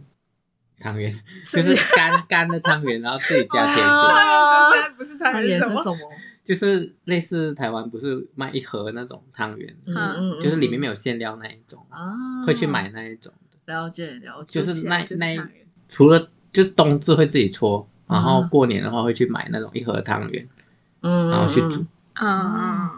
Speaker 2: 汤圆，
Speaker 1: 是不
Speaker 2: 就是
Speaker 1: 是
Speaker 2: 干干的汤圆，然后自己加甜
Speaker 1: 哦
Speaker 2: 水，
Speaker 1: 啊
Speaker 3: 汤圆不是汤
Speaker 1: 那
Speaker 3: 圆是
Speaker 1: 也
Speaker 3: 什
Speaker 1: 是
Speaker 3: 么？
Speaker 1: 什么？
Speaker 2: 就是类似台湾不是卖一盒那种汤圆，
Speaker 1: 嗯
Speaker 3: 啊
Speaker 1: 嗯，嗯
Speaker 2: 就是里面没有馅料那一种，
Speaker 1: 啊，
Speaker 2: 会去买那一种的。
Speaker 1: 了解了解，
Speaker 2: 就是那
Speaker 3: 就是
Speaker 2: 那一
Speaker 3: 汤圆
Speaker 2: 除了就冬至会自己搓，然后
Speaker 1: 啊
Speaker 2: 过年的话会去买那种一盒汤圆，
Speaker 1: 嗯，
Speaker 2: 然后去
Speaker 1: 嗯
Speaker 2: 煮。。
Speaker 3: 嗯，嗯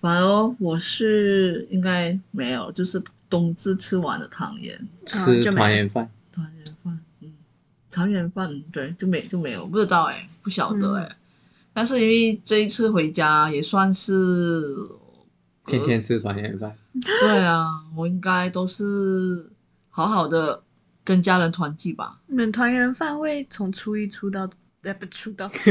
Speaker 1: 反而我是应该没有，就是冬至吃完的汤圆，
Speaker 2: 吃
Speaker 3: 就没
Speaker 2: 团圆饭，
Speaker 1: 团圆饭，嗯，团圆饭，嗯对，就没就没有，不知道哎、不晓得
Speaker 3: 嗯
Speaker 1: 哎、但是因为这一次回家也算是，
Speaker 2: 天天吃团圆饭。
Speaker 1: 对啊，我应该都是好好的跟家人团聚吧。
Speaker 3: 你们团圆饭会从初一初到呃不初 到从初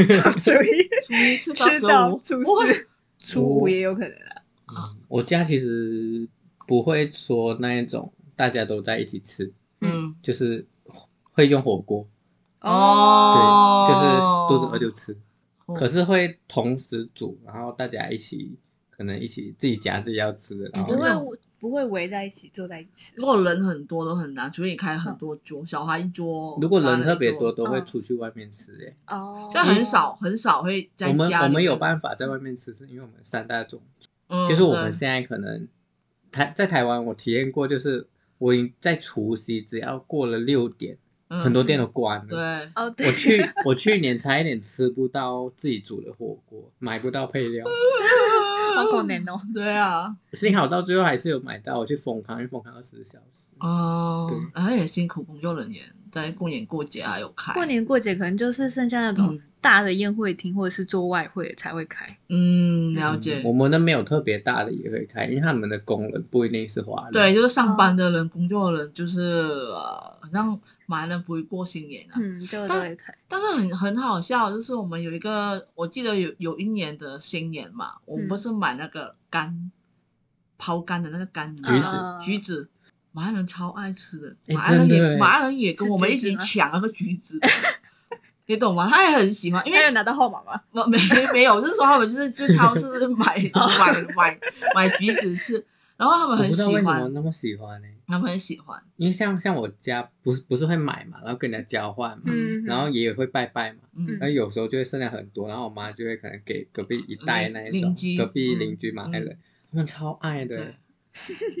Speaker 3: 一
Speaker 1: 初一 吃到
Speaker 3: 吃
Speaker 1: 十
Speaker 3: 到
Speaker 1: 五，
Speaker 3: 初
Speaker 1: 哇
Speaker 3: 四、初五也有可能啊。
Speaker 1: 啊
Speaker 2: 我家其实不会说那一种大家都在一起吃，
Speaker 1: 嗯，
Speaker 2: 就是会用火锅，对，
Speaker 1: 哦
Speaker 2: 就是肚子饿就吃。
Speaker 1: 哦
Speaker 2: 可是会同时煮，然后大家一起，可能一起自己夹自己要吃的，然后
Speaker 1: 哎真
Speaker 3: 不
Speaker 1: 的
Speaker 3: 会不会围在一起坐在一起
Speaker 1: 如。果人很多都很难，除非你开很多桌，小孩一桌，
Speaker 2: 嗯如果
Speaker 1: 哦大
Speaker 2: 人
Speaker 1: 一
Speaker 2: 特别
Speaker 1: 桌
Speaker 2: 多，都会
Speaker 3: 嗯
Speaker 2: 出去外面吃、欸。
Speaker 3: 哦，
Speaker 1: 就很少很少会在
Speaker 2: 我们
Speaker 1: 家里面。
Speaker 2: 我们有办法在外面吃，是因为我们三大种，
Speaker 1: 嗯，
Speaker 2: 就是我们
Speaker 1: 对
Speaker 2: 现在可能台在台湾我体验过，就是我已经在除夕只要过了六点，
Speaker 1: 嗯
Speaker 2: 很多店都关了。
Speaker 1: 对，
Speaker 3: 哦，对，
Speaker 2: 我 去我去年差一点吃不到自己煮的火锅，买不到配料，
Speaker 3: 好可怜哦。
Speaker 1: 对啊，
Speaker 2: 幸好到最后还是有买到。我去丰康，因为丰康二十四小时。
Speaker 1: 哦
Speaker 2: 对，
Speaker 1: 哎也辛苦工作人员在过年过节还有开
Speaker 3: 过，年过节可能就是剩下那种
Speaker 1: 嗯
Speaker 3: 大的宴会厅或者是做外汇才会开。
Speaker 1: 嗯，了解
Speaker 2: 嗯我。们那没有特别大的也会开，因为他们的工人不一定是华人。
Speaker 1: 对，，就是上班
Speaker 3: 嗯
Speaker 1: 的人、工作的人，就是呃，好像马来人不会过新年啊。
Speaker 3: 嗯，就都会开。
Speaker 1: 但是很很好笑，就是我们有一个，我记得有有一年的新年嘛，我们
Speaker 3: 嗯
Speaker 1: 不是买那个干，抛干的那个干
Speaker 2: 橘子
Speaker 3: 啊
Speaker 1: 橘子，马来人超爱吃的，
Speaker 2: 诶
Speaker 1: 马来人
Speaker 2: 真的哎
Speaker 1: 也
Speaker 2: 诶
Speaker 1: 马来人也跟
Speaker 3: 是
Speaker 1: 我们
Speaker 3: 橘
Speaker 1: 一起
Speaker 3: 子吗
Speaker 1: 抢那个橘子， 你懂吗？他也很喜欢，因 为
Speaker 3: 有拿到号码吗？
Speaker 1: 没没没有，就是说他们就是去超市买
Speaker 3: 哦
Speaker 1: 买买买橘子吃，然后他
Speaker 2: 我
Speaker 1: 们
Speaker 2: 不
Speaker 1: 很
Speaker 2: 知道
Speaker 1: 喜
Speaker 2: 为什么
Speaker 1: 欢，
Speaker 2: 那么喜欢呢、
Speaker 1: 他们很喜欢，
Speaker 2: 因为像像我家不是不是会买嘛，然后跟人家交换嘛，
Speaker 3: 嗯，
Speaker 2: 然后也会拜拜嘛，
Speaker 1: 嗯
Speaker 2: 然后有时候就会剩下很多，然后我妈就会可能给隔壁一带
Speaker 1: 邻
Speaker 2: 那一
Speaker 1: 嗯邻
Speaker 2: 种
Speaker 1: 居，
Speaker 2: 隔壁
Speaker 1: 嗯
Speaker 2: 邻居马来人，他们超爱的
Speaker 1: 对，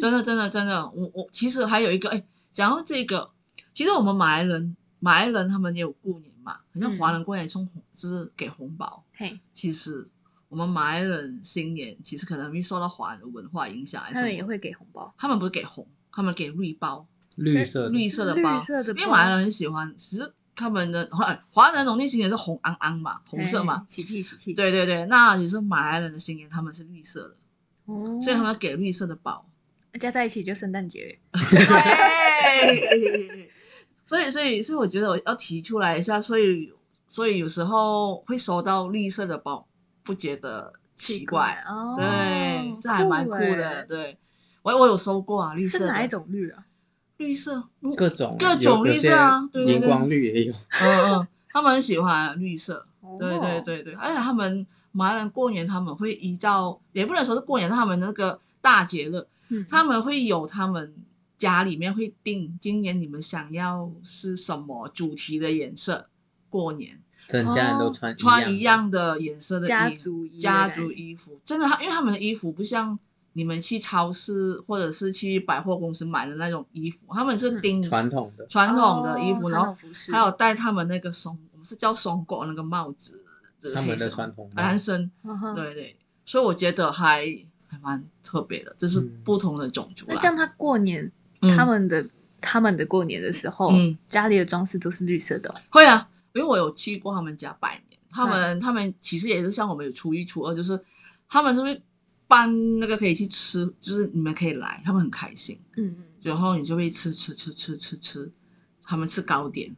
Speaker 1: 真的真的真的，我我其实还有一个，哎，讲到这个，其实我们马来人马来人他们也有过年嘛，好
Speaker 3: 嗯
Speaker 1: 像华人过年送红，就是给红包。
Speaker 3: 嘿，
Speaker 1: 其实我们马来人新年其实可能会受到华人的文化影响，还是
Speaker 3: 他
Speaker 1: 什么
Speaker 3: 们也会给红包，
Speaker 1: 他们不是给红，他们给绿包，
Speaker 2: 绿色的
Speaker 1: 绿色的包
Speaker 3: 绿，色的包，
Speaker 1: 因为马来人很喜欢，只是他们的华华人农历新年是红昂昂嘛，红色嘛
Speaker 3: 嘿，，喜气喜气。，
Speaker 1: 对对对，那你说马来人的新年他们是绿色的，
Speaker 3: 哦，
Speaker 1: 所以他们给绿色的包。
Speaker 3: 加在一起就圣诞节。
Speaker 1: 对，所以所以所以我觉得我要提出来一下，所以所以有时候会收到绿色的包，不觉得奇怪，
Speaker 3: 哦，
Speaker 1: 对，这还蛮酷的，
Speaker 3: 欸。
Speaker 1: 对。我我有收过啊，绿色
Speaker 3: 是
Speaker 1: 的
Speaker 3: 哪一？种绿啊？
Speaker 1: 绿色，嗯
Speaker 2: 各种
Speaker 1: 各种绿色啊对
Speaker 2: 有有
Speaker 1: 对
Speaker 2: 些荧光绿也有，
Speaker 1: 嗯嗯，他们很喜欢绿色，对对
Speaker 3: 哦，
Speaker 1: 对对，而且他们马来人过年他们会依照，也不能说是过年，他们那个大节日，
Speaker 3: 嗯
Speaker 1: 他们会有他们家里面会定今年你们想要是什么主题的颜色，过年
Speaker 2: 整家人都穿
Speaker 1: 哦穿一
Speaker 2: 一
Speaker 1: 样的颜色的
Speaker 3: 家
Speaker 1: 衣
Speaker 3: 族一类的
Speaker 1: 家族衣服，真的，他因为他们的衣服不像你们去超市或者是去百货公司买的那种衣服，他们是
Speaker 3: 嗯
Speaker 1: 订
Speaker 2: 传统的，
Speaker 1: 传统的衣服，然
Speaker 3: 哦传
Speaker 1: 后
Speaker 3: 统服饰
Speaker 1: 还有戴他们那个松，我们是叫松果那个帽子，就是
Speaker 2: 他们的
Speaker 1: 黑色
Speaker 2: 传统帽
Speaker 1: 男生，
Speaker 3: 嗯哼
Speaker 1: 对对，所以我觉得还还蛮特别的，就是
Speaker 2: 嗯
Speaker 1: 不同的种族
Speaker 3: 那
Speaker 1: 啦。
Speaker 3: 这样，他过年
Speaker 1: 嗯
Speaker 3: 他们的他们的过年的时候
Speaker 1: 嗯，
Speaker 3: 家里的装饰都是绿色的哦。
Speaker 1: 会啊，因为我有去过他们家拜年，他们、
Speaker 3: 嗯
Speaker 1: 他们其实也是像我们有初一初二，就是他们是会搬那个可以去吃，就是你们可以来，他们很开心，
Speaker 3: 嗯
Speaker 1: 然后你就会吃吃吃吃吃吃，他们吃糕点，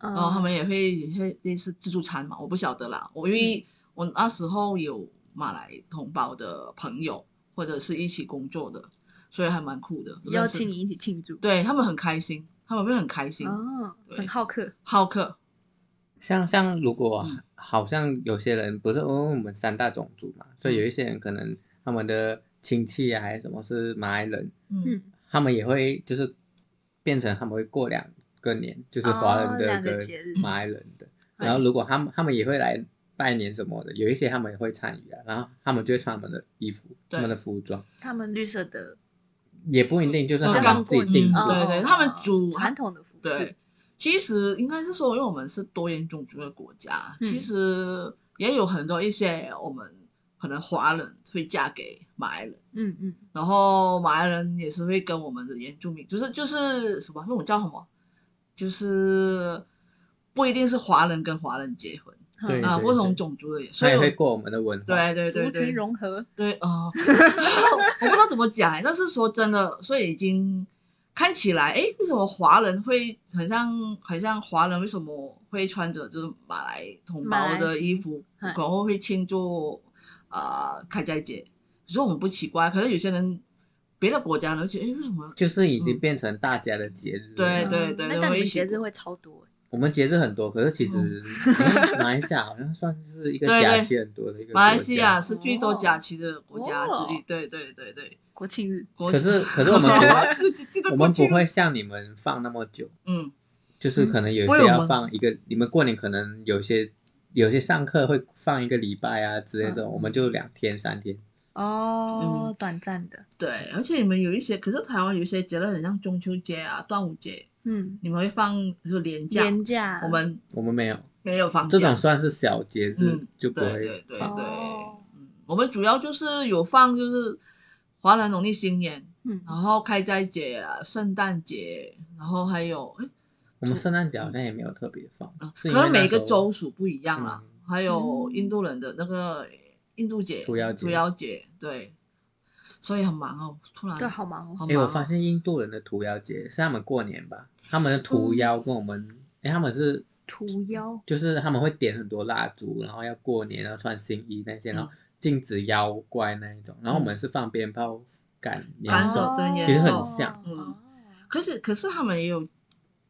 Speaker 3: 嗯，
Speaker 1: 然后他
Speaker 3: 哦
Speaker 1: 们也会有些类似自助餐嘛，我不晓得啦。我因
Speaker 3: 嗯
Speaker 1: 为我那时候有马来同胞的朋友，或者是一起工作的，所以还蛮酷的。
Speaker 3: 邀请
Speaker 1: 认识，
Speaker 3: 你一起庆祝。
Speaker 1: 对他们很开心，他们会很开心，
Speaker 3: 哦，
Speaker 1: 对
Speaker 3: 很好客。
Speaker 1: 好客，
Speaker 2: 像像如果
Speaker 1: 嗯
Speaker 2: 好像有些人不是因为我们三大种族嘛，所以
Speaker 1: 嗯
Speaker 2: 有一些人可能他们的亲戚啊还是什么是马来人，
Speaker 1: 嗯，
Speaker 3: 嗯，
Speaker 2: 他们也会就是变成他们会过两个年，就是
Speaker 3: 哦
Speaker 2: 华人的
Speaker 3: 两个
Speaker 2: 跟
Speaker 3: 节日
Speaker 2: 马来人的。
Speaker 1: 嗯
Speaker 2: 然后
Speaker 3: 哎
Speaker 2: 如果他们他们也会来拜年什么的，有一些他们也会参与啊，然后他们就会穿他们的衣服，
Speaker 1: 对
Speaker 2: 他们的服装
Speaker 3: 他们绿色的
Speaker 2: 也不一定就是
Speaker 1: 嗯
Speaker 2: 他们自己定
Speaker 1: 嗯
Speaker 2: 制。
Speaker 1: 对对他们主
Speaker 3: 哦传统的服饰，
Speaker 1: 对，其实应该是说，因为我们是多元种族的国家，
Speaker 3: 嗯
Speaker 1: 其实也有很多一些我们可能华人会嫁给马来人。
Speaker 3: 嗯嗯，
Speaker 1: 然后马来人也是会跟我们的原住民，就是就是什么那种叫什么，就是不一定是华人跟华人结婚
Speaker 2: 对
Speaker 1: 啊，
Speaker 2: 对
Speaker 1: 不同种族的也，所
Speaker 2: 他
Speaker 1: 以
Speaker 2: 也
Speaker 1: 我
Speaker 2: 会过我们的文化。
Speaker 1: 对对对
Speaker 3: 族群
Speaker 1: 对
Speaker 3: 融合，
Speaker 1: 对哦，我不知道怎么讲欸，但是说真的，所以已经看起来，哎，为什么华人会很像很像华人为什么会穿着就是马来同
Speaker 3: 马
Speaker 1: 胞
Speaker 3: 来
Speaker 1: 的衣服，
Speaker 3: 嗯
Speaker 1: 然后会庆祝呃开斋节？你说我们不奇怪，可能有些人别的国家人会觉得，哎，为什么？
Speaker 2: 就是已经
Speaker 1: 嗯
Speaker 2: 变成大家的节日了。
Speaker 1: 对对
Speaker 3: 嗯
Speaker 1: 对
Speaker 3: 那
Speaker 1: 对
Speaker 3: 这
Speaker 1: 我
Speaker 3: 样你
Speaker 1: 一
Speaker 3: 们
Speaker 1: 起
Speaker 3: 节日
Speaker 1: 过
Speaker 3: 会超多欸，
Speaker 2: 我们节日很多，可是其实嗯马来西亚好像算是一个
Speaker 1: 哦对对
Speaker 2: 假期很多的一个
Speaker 1: 马来西
Speaker 2: 国
Speaker 1: 亚
Speaker 2: 家
Speaker 1: 是最多假期的国家之一，
Speaker 3: 哦
Speaker 1: 对对对对。
Speaker 3: 国庆日，
Speaker 1: 国
Speaker 2: 可是可是我们不会
Speaker 1: 自己记得
Speaker 2: 我
Speaker 1: 国
Speaker 2: 们不
Speaker 1: 庆
Speaker 2: 会像你们放那么久，
Speaker 1: 嗯
Speaker 2: 就是可能有
Speaker 1: 不会
Speaker 2: 些
Speaker 1: 我
Speaker 2: 要
Speaker 1: 们
Speaker 2: 放一个，你们过年可能有些有些上课会放一个礼拜啊之类这种，
Speaker 1: 嗯
Speaker 2: 我们就两天三天。
Speaker 3: 哦
Speaker 1: 嗯，
Speaker 3: 短暂的，
Speaker 1: 对，而且你们有一些，可是台湾有一些节日很像中秋节啊、端午节，
Speaker 3: 嗯，
Speaker 1: 你们会放就连假，
Speaker 3: 廉价，
Speaker 1: 我们
Speaker 2: 我们没有
Speaker 1: 没有放假。
Speaker 2: 这种算是小节日
Speaker 1: 嗯，
Speaker 2: 就不
Speaker 1: 对对
Speaker 2: 会
Speaker 1: 对对，
Speaker 2: 放。
Speaker 3: 哦
Speaker 1: 嗯，我们主要就是有放就是华人农历新年，
Speaker 3: 嗯
Speaker 1: 然后开斋节啊、圣诞节，然后还有诶
Speaker 2: 我们圣诞节好像也没有特别放
Speaker 1: 嗯，
Speaker 2: 是
Speaker 1: 可
Speaker 2: 因为
Speaker 1: 能每
Speaker 2: 那
Speaker 1: 个
Speaker 2: 时候
Speaker 1: 州属不一样啦，
Speaker 2: 嗯
Speaker 1: 还有
Speaker 3: 嗯
Speaker 1: 印度人的那个印度节、
Speaker 2: 屠妖节
Speaker 1: 屠妖节，对，所以很忙哦，突然
Speaker 3: 对，好忙哦，
Speaker 1: 好
Speaker 2: 哎、
Speaker 1: 忙
Speaker 2: 我
Speaker 1: 哦
Speaker 2: 发现印度人的屠妖节是他们过年吧？他们的
Speaker 1: 嗯
Speaker 2: 屠妖跟我们，哎、他们是
Speaker 3: 屠妖，
Speaker 2: 就是他们会点很多蜡烛，然后要过年，然后穿新衣那些，
Speaker 1: 嗯
Speaker 2: 然后禁止妖怪那一种。然后我们是放鞭炮赶年
Speaker 1: 赶
Speaker 2: 兽，
Speaker 1: 走对
Speaker 3: 哦
Speaker 2: 其实很像
Speaker 1: 嗯
Speaker 3: 哦
Speaker 1: 可是可是他们也有，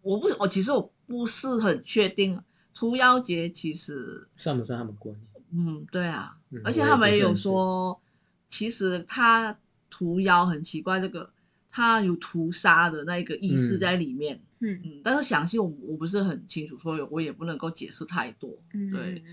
Speaker 1: 我不我其实我不是很确定，屠妖节其实
Speaker 2: 算不算他们过年？
Speaker 1: 嗯对啊，
Speaker 2: 嗯
Speaker 1: 而且
Speaker 2: 我也
Speaker 1: 他
Speaker 2: 不
Speaker 1: 们
Speaker 2: 是
Speaker 1: 也有
Speaker 2: 很确
Speaker 1: 说，其实他屠妖很奇怪，这个他有屠杀的那一个意思
Speaker 2: 嗯
Speaker 1: 在里面，
Speaker 3: 嗯
Speaker 1: 嗯但是详细我我不是很清楚，所以我也不能够解释太多，
Speaker 3: 嗯，
Speaker 1: 对，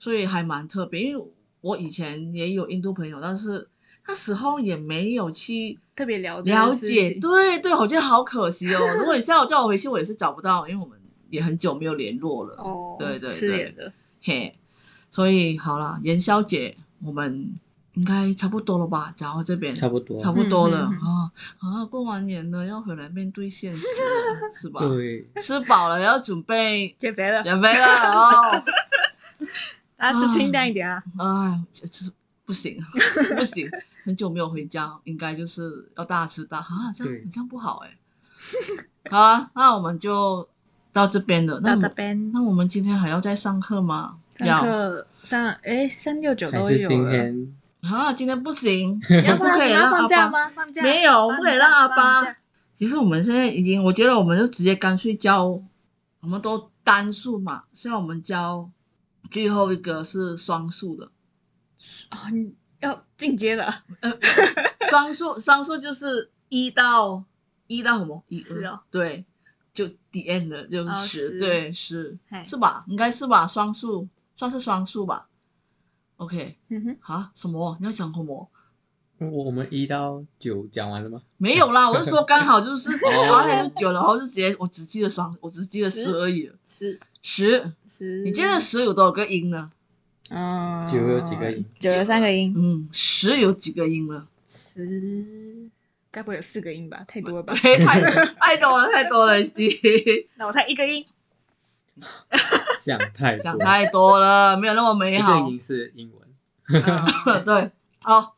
Speaker 1: 所以还蛮特别，因为我以前也有印度朋友，但是那时候也没有去。
Speaker 3: 特别了解
Speaker 1: 了解，对对，我觉得好可惜哦。如果你现在我叫我回去，我也是找不到，因为我们也很久没有联络了。
Speaker 3: 哦，
Speaker 1: 对对
Speaker 3: 失
Speaker 1: 对
Speaker 3: 联了，
Speaker 1: 嘿，所以好了，元宵节我们应该差不多了吧？讲到这边，
Speaker 2: 差不多，
Speaker 1: 差不多了
Speaker 3: 嗯嗯
Speaker 1: 啊啊！过完年了，要回来面对现实了，是吧？
Speaker 2: 对，
Speaker 1: 吃饱了要准备
Speaker 3: 减肥了，
Speaker 1: 减肥了哦。
Speaker 3: 大家吃清淡一点啊，
Speaker 1: 哎，这这不行不行，很久没有回家，应该就是要大吃大喝啊，这样
Speaker 2: 对
Speaker 1: 这样不好哎、好啊，那我们就到这边了。啊那我
Speaker 3: 到这
Speaker 1: 们
Speaker 3: 边
Speaker 1: 那我们今天还要再上课吗？
Speaker 3: 上
Speaker 1: 要
Speaker 3: 课上哎三六九
Speaker 2: 还
Speaker 3: 都
Speaker 2: 是
Speaker 3: 有
Speaker 2: 今
Speaker 3: 了，
Speaker 2: 天
Speaker 1: 啊，今天不 行，
Speaker 3: 要
Speaker 1: 不
Speaker 3: 然
Speaker 1: 可以
Speaker 3: 你要
Speaker 1: 让阿
Speaker 3: 放假
Speaker 1: 巴。
Speaker 3: 吗？放假
Speaker 1: 没有，不可以让阿
Speaker 3: 放
Speaker 1: 巴
Speaker 3: 假。
Speaker 1: 其实我们现在已经，我觉得我们就直接干脆教，我们都单数嘛，像我们教最后一个是双数的，
Speaker 3: 哦，你要进阶了，
Speaker 1: 双数双数就是一到一到什么？一
Speaker 3: 十哦，
Speaker 1: 对，就 the end 的就
Speaker 3: 哦
Speaker 1: 十、
Speaker 3: 十
Speaker 1: 对，十
Speaker 3: 嗨
Speaker 1: 是吧？应该是吧？双数算是双数吧？OK，
Speaker 3: 嗯哼，
Speaker 1: 啊，什么？你要讲什么？
Speaker 2: 我我们一到九讲完了吗？
Speaker 1: 没有啦，我是说刚好就是
Speaker 2: 哦
Speaker 1: 然后还有九，然后就直接我只记得双，我只记得
Speaker 3: 十
Speaker 1: 十而已。
Speaker 3: 十
Speaker 1: 十，
Speaker 3: 十，
Speaker 1: 你觉得十有多少个音呢？
Speaker 3: 嗯，
Speaker 2: 九有几个音？
Speaker 3: 九有三个音，
Speaker 1: 嗯，十有几个音了？
Speaker 3: 十，该不会有四个音吧？太多了吧？
Speaker 1: 嘿哎太太多了，太多了， 你
Speaker 3: 那我猜一个音，
Speaker 2: 想太多，
Speaker 1: 想太多了，没有那么美
Speaker 2: 一
Speaker 1: 好
Speaker 2: 个。音是英 文，
Speaker 1: 嗯 对，好，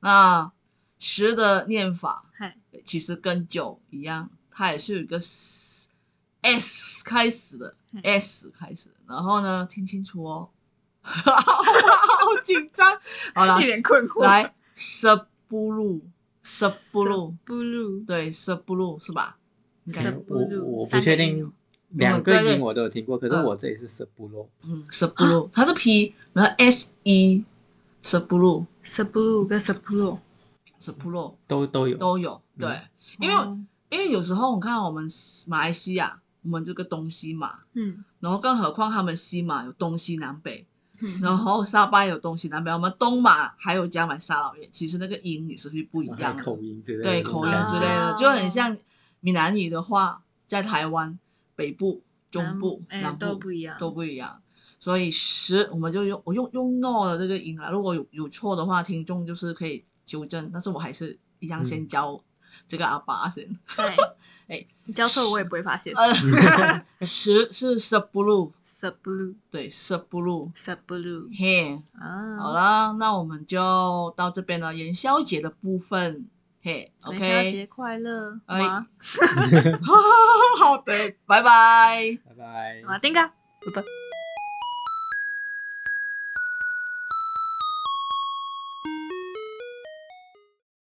Speaker 1: 那十的念法
Speaker 3: 嗨，
Speaker 1: 其实跟九一样，它也是有一个 s s 开始的
Speaker 3: 嗯
Speaker 1: s 开始的，然后呢，听清楚哦， 好紧张，好了
Speaker 3: 一，脸困惑。
Speaker 1: 啊来 s u b l s u b l
Speaker 3: blue，
Speaker 1: 对 s u b l 是吧？应该
Speaker 2: 我我不确定两
Speaker 1: 对
Speaker 2: 个
Speaker 1: 对
Speaker 2: 音我都有听过，可是
Speaker 1: 嗯
Speaker 2: 我这里是 s b u l o
Speaker 1: 嗯，Saburo，它是 P，然后 S E Saburo
Speaker 3: s b l u 跟 s b l u
Speaker 1: Saburo
Speaker 2: 都都有。
Speaker 1: 都有，对，
Speaker 2: 嗯
Speaker 1: 因为
Speaker 3: 哦
Speaker 1: 因为有时候你看我们马来西亚，我们这个东西嘛，
Speaker 3: 嗯，
Speaker 1: 然后更何况他们西马有东西南北，
Speaker 3: 嗯
Speaker 1: 然后沙巴有东西南北，我们东马还有加买沙老越，其实那个音也是会不一
Speaker 2: 然后
Speaker 3: 啊
Speaker 2: 还
Speaker 1: 样的，
Speaker 2: 有 口音之类的，嗯
Speaker 1: 对口音
Speaker 2: 感觉
Speaker 1: 之类的，
Speaker 3: 哦
Speaker 1: 就很像闽南语的话，在台湾北部、中部、
Speaker 3: 南
Speaker 1: 南
Speaker 3: 哎都
Speaker 1: 部
Speaker 3: 不一样，
Speaker 1: 都不一样。所以十，我们就用我用用 no 的这个音了。如果有有错的话，听众就是可以纠正。但是我还是一样先
Speaker 2: 嗯
Speaker 1: 教这个阿爸先。
Speaker 3: 对，
Speaker 1: 哎，
Speaker 3: 你教错我也不会发现。
Speaker 1: 呃，十是 sub blue，
Speaker 3: s b l u
Speaker 1: 对 sub blue。
Speaker 3: s b l u
Speaker 1: 嘿，
Speaker 3: 啊，
Speaker 1: 好啦，那我们就到这边了。元宵节的部分，嘿
Speaker 3: 元宵
Speaker 1: ，OK，
Speaker 3: 节快乐
Speaker 1: 哎
Speaker 3: 吗？
Speaker 1: 好的，拜拜。
Speaker 2: 拜拜。
Speaker 1: 啊
Speaker 3: 马丁嘎，不不。